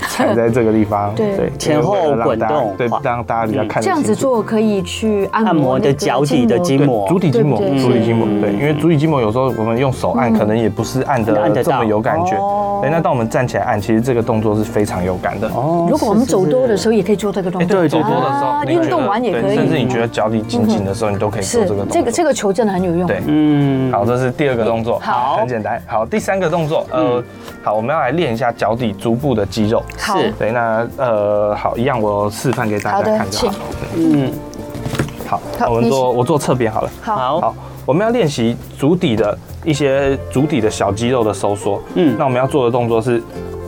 Speaker 4: 踩在这个地
Speaker 1: *laughs*
Speaker 4: 方，
Speaker 1: 对
Speaker 2: 前后
Speaker 4: 因为为了让
Speaker 2: 滚
Speaker 4: 大家
Speaker 2: 动
Speaker 4: 对，让大家比较
Speaker 2: 嗯
Speaker 4: 看得
Speaker 1: 这样子
Speaker 4: 清楚
Speaker 1: 做可以去按摩
Speaker 2: 按摩的
Speaker 1: 那个
Speaker 2: 脚底的筋
Speaker 4: 对
Speaker 2: 膜
Speaker 4: 足底筋膜，
Speaker 1: 对不对
Speaker 4: 足底筋膜，
Speaker 2: 嗯
Speaker 4: 对，因为足底筋膜有时候我们用手按，可能也不是按
Speaker 2: 按得
Speaker 4: 的这
Speaker 2: 到
Speaker 4: 么有感觉
Speaker 2: 哦。
Speaker 4: 对，那当我们站起来按，其实这个动作是非常有感的。
Speaker 2: 哦
Speaker 1: 如果我们走多的时
Speaker 2: 候，
Speaker 1: 候，也可以做这个动
Speaker 4: 哎，
Speaker 1: 作。
Speaker 4: 对，走多的时候
Speaker 1: 啊，
Speaker 4: 你觉得
Speaker 1: 运动完也
Speaker 4: 对
Speaker 1: 可以嗯
Speaker 4: 甚至你觉得脚底紧紧的时候，你都可以做
Speaker 1: 是
Speaker 4: 这个动作。
Speaker 1: 这个这个球真的很有用。
Speaker 4: 对，
Speaker 2: 嗯
Speaker 4: 好，这是第二个动作，
Speaker 1: 好嗯
Speaker 4: 很简单。好，第三个动作，呃，好，我们要来练一下脚底足部的肌肉。
Speaker 1: 好
Speaker 2: 是
Speaker 4: 对，那呃，好，一样我示范给大
Speaker 1: 好的
Speaker 4: 家看就好了。
Speaker 2: 嗯，
Speaker 4: 好，
Speaker 1: 好
Speaker 4: 那
Speaker 1: 你
Speaker 4: 我们
Speaker 1: 是
Speaker 4: 做我做侧边好了。
Speaker 1: 好，
Speaker 2: 好
Speaker 4: 好，我们要练习足底的一些足底的小肌肉的收缩。
Speaker 2: 嗯
Speaker 4: 嗯，那我们要做的动作是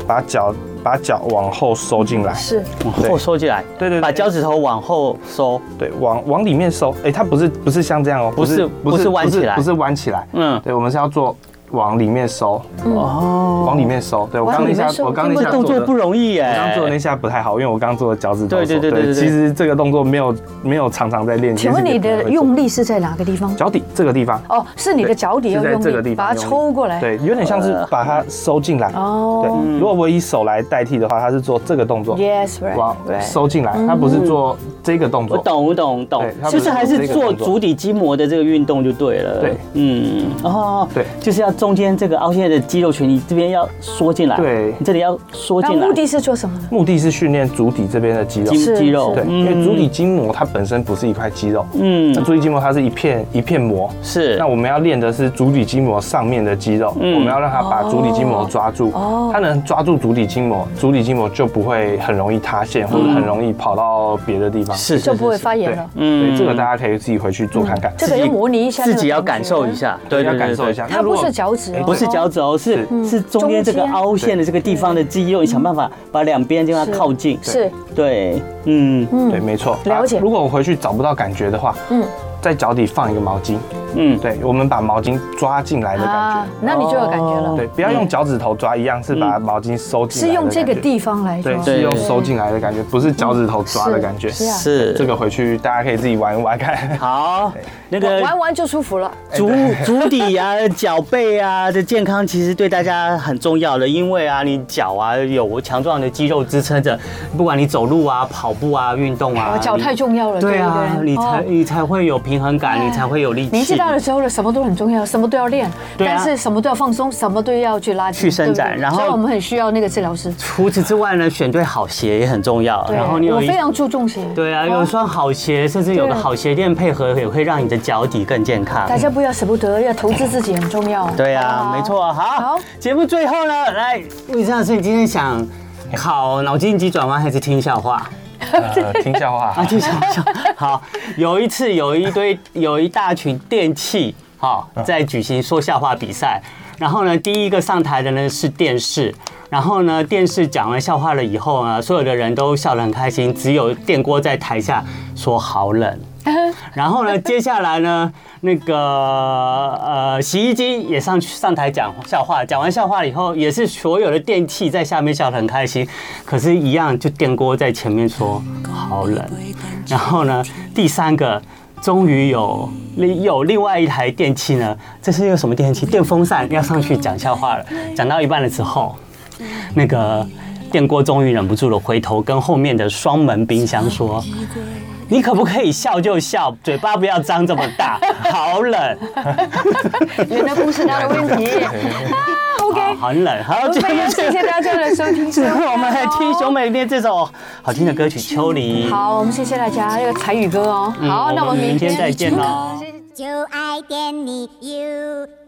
Speaker 4: 把脚把脚往后收
Speaker 2: 嗯
Speaker 4: 进来，
Speaker 1: 是
Speaker 2: 往后收起来，
Speaker 4: 对对对
Speaker 2: 把脚趾头往后收，
Speaker 4: 对，往往里面收。哎，它不是不是像这样哦，
Speaker 2: 不是不是弯起来
Speaker 4: 不是弯起来。
Speaker 2: 嗯
Speaker 4: 嗯，对，我们是要做往里面收，
Speaker 2: 哦，
Speaker 4: 往里面收。对我
Speaker 1: 往
Speaker 4: 刚刚
Speaker 1: 里
Speaker 4: 那
Speaker 1: 面
Speaker 4: 下
Speaker 1: 收
Speaker 4: 我刚刚那
Speaker 1: 这
Speaker 4: 下
Speaker 1: 么
Speaker 2: 动作
Speaker 4: 做的
Speaker 2: 不容易耶，
Speaker 4: 我刚刚做的那下不太好，因为我刚刚做的脚趾头
Speaker 2: 对
Speaker 4: 收。
Speaker 2: 对对对对对
Speaker 4: 其实这个动作没有没有常常在练。
Speaker 1: 请问
Speaker 4: 其实
Speaker 1: 你
Speaker 4: 也不太会
Speaker 1: 的
Speaker 4: 做
Speaker 1: 用力是在哪个地方？
Speaker 4: 脚底这个地方。
Speaker 1: 哦，是你的脚底要
Speaker 4: 是在这
Speaker 1: 用
Speaker 4: 个
Speaker 1: 力，
Speaker 4: 地方
Speaker 1: 把它
Speaker 4: 用力
Speaker 1: 抽过来。，
Speaker 4: 对，有点像是把它收进来。
Speaker 1: 哦
Speaker 4: 对，如果我以手来代替的话，它是做这个动作，
Speaker 1: Yes, right,
Speaker 4: 往
Speaker 1: right
Speaker 4: 收进来，它不是做这个动
Speaker 2: 我
Speaker 4: 作。
Speaker 2: 懂，我懂，我懂
Speaker 4: 对，它不
Speaker 2: 就是是还是做足底筋膜的这个运动就对了。
Speaker 4: 对
Speaker 2: 嗯，哦，
Speaker 4: 对
Speaker 2: 就是要中间这个凹陷的肌肉群，你这边要缩进来，
Speaker 4: 对
Speaker 2: 你这里要缩
Speaker 1: 那
Speaker 2: 进来，
Speaker 1: 目的是做什么呢？
Speaker 4: 目的是训练足底这边的肌肉。
Speaker 2: 肌
Speaker 1: 是
Speaker 2: 肌肉，
Speaker 4: 对，因为足底筋膜它本身不是一块肌肉，
Speaker 2: 嗯
Speaker 4: 那足底筋膜它是一片一片膜。
Speaker 2: 是
Speaker 4: 那我们要练的是足底筋膜上面的肌肉，
Speaker 2: 嗯
Speaker 4: 我们要让它把足底筋膜抓住
Speaker 1: 哦，
Speaker 4: 它能抓住足底筋膜，足底筋膜就不会很容易塌陷，或者
Speaker 2: 嗯
Speaker 4: 很容易跑到别的地方。
Speaker 2: 是
Speaker 1: 就不会发炎
Speaker 4: 对
Speaker 1: 了，。
Speaker 2: 嗯
Speaker 4: 对，这个大家可以自己回去做看看。
Speaker 1: 这个要模拟一下，
Speaker 2: 自己要感受一。下，
Speaker 4: 对，要感受一下。。
Speaker 1: 它
Speaker 4: 那如
Speaker 1: 不
Speaker 4: 果
Speaker 1: 是脚趾哦，
Speaker 2: 不是脚趾哦，是是中间这个
Speaker 1: 嗯中间嗯
Speaker 2: 凹陷的这个地方的肌肉，你想办法把两边就让它
Speaker 1: 是
Speaker 2: 靠近。
Speaker 1: 是，
Speaker 2: 对，嗯
Speaker 4: 对，没错。
Speaker 1: 了解
Speaker 4: 啊如果我回去找不到感觉的话，
Speaker 1: 嗯
Speaker 4: 嗯，在脚底放一个毛巾，
Speaker 2: 嗯，
Speaker 4: 对我们把毛巾抓进来的感
Speaker 1: 啊
Speaker 4: 觉。，
Speaker 1: 那你就有感觉
Speaker 2: 哦
Speaker 1: 了。
Speaker 4: 对，不要用脚趾头抓，一样是把毛巾收进来。
Speaker 1: 是用这个。地方来抓
Speaker 4: 对，，
Speaker 2: 对
Speaker 4: 是用收进来的感觉，不是脚趾头抓的感觉。
Speaker 1: 是啊
Speaker 2: 是
Speaker 4: 这个回去大家可以自己玩一
Speaker 1: *laughs*
Speaker 4: 玩看。
Speaker 2: 好，那
Speaker 1: 玩
Speaker 2: 个
Speaker 1: 玩完就舒服了。
Speaker 2: 足
Speaker 4: 哎
Speaker 2: 足底啊、脚背啊的健康，其实对大家很重要的，因为啊，你脚啊有强壮的肌肉支撑着，不管你走路啊、跑步啊、运动啊，
Speaker 1: 哦脚太重要了，
Speaker 2: 对啊，
Speaker 1: 不
Speaker 2: 你才
Speaker 1: 哦嗯
Speaker 2: 你才会有平衡感，你才会有力气。
Speaker 1: 年纪大了之后了，什么都很重要，什么都要练，
Speaker 2: 对啊
Speaker 1: 但是什么都要放松，什么都要去拉筋
Speaker 2: 去伸展
Speaker 1: 对不对
Speaker 2: 然后
Speaker 1: 所以我们很需要那个治疗师。
Speaker 2: 除此之外呢，选对好鞋也很重要。
Speaker 1: 对
Speaker 2: 然后你
Speaker 1: 我
Speaker 2: 有一
Speaker 1: 非常注重鞋。
Speaker 2: 对啊，
Speaker 1: 哦
Speaker 2: 有一双好鞋，甚至有个
Speaker 1: 对啊
Speaker 2: 好鞋垫配合，也会让你的脚底更健康。
Speaker 1: 大家不要舍不得，要投资自己很重要。哦
Speaker 2: 对啊，
Speaker 1: 好
Speaker 2: 没错啊。好
Speaker 1: 好，
Speaker 2: 节目最后呢，来，魏老师，你今天想考脑筋急转弯还是听笑话？
Speaker 4: 呃听
Speaker 1: *laughs*
Speaker 4: 笑话
Speaker 2: 啊，，听笑话。好，有一次有一堆有一大群电器哈、在举行说笑话比赛，然后呢，第一个上台的呢是电视。然后呢，电视讲完笑话了以后呢，所有的人都笑得很开心，只有电锅在台下说好冷。然后呢，接下来呢，那个呃，洗衣机也上去上台讲笑话，讲完笑话以后，也是所有的电器在下面笑得很开心，可是，一样就电锅在前面说好冷。然后呢，第三个终于有另有另外一台电器呢，这是一个什么电器？电风扇要上去讲笑话了，讲到一半的时候，那个电锅终于忍不住了，回头跟后面的双门冰箱说。你可不可以笑就笑，嘴巴不要张这么大，好冷，
Speaker 1: 原来不是他的问
Speaker 2: *laughs*
Speaker 1: 题。啊
Speaker 2: 好
Speaker 1: OK，
Speaker 2: 很冷。好， *laughs*
Speaker 1: 我
Speaker 2: 今
Speaker 1: 们
Speaker 2: 天
Speaker 1: 要谢谢大家的收听。
Speaker 2: 最后我们来听熊美念这首好听的歌曲《秋梨》。
Speaker 1: 好，我们谢谢大家，这个才语歌哦。
Speaker 2: 嗯，
Speaker 1: 好，那我们明
Speaker 2: 明天
Speaker 1: 天
Speaker 2: 再见喽。
Speaker 5: 就爱点你 UFO。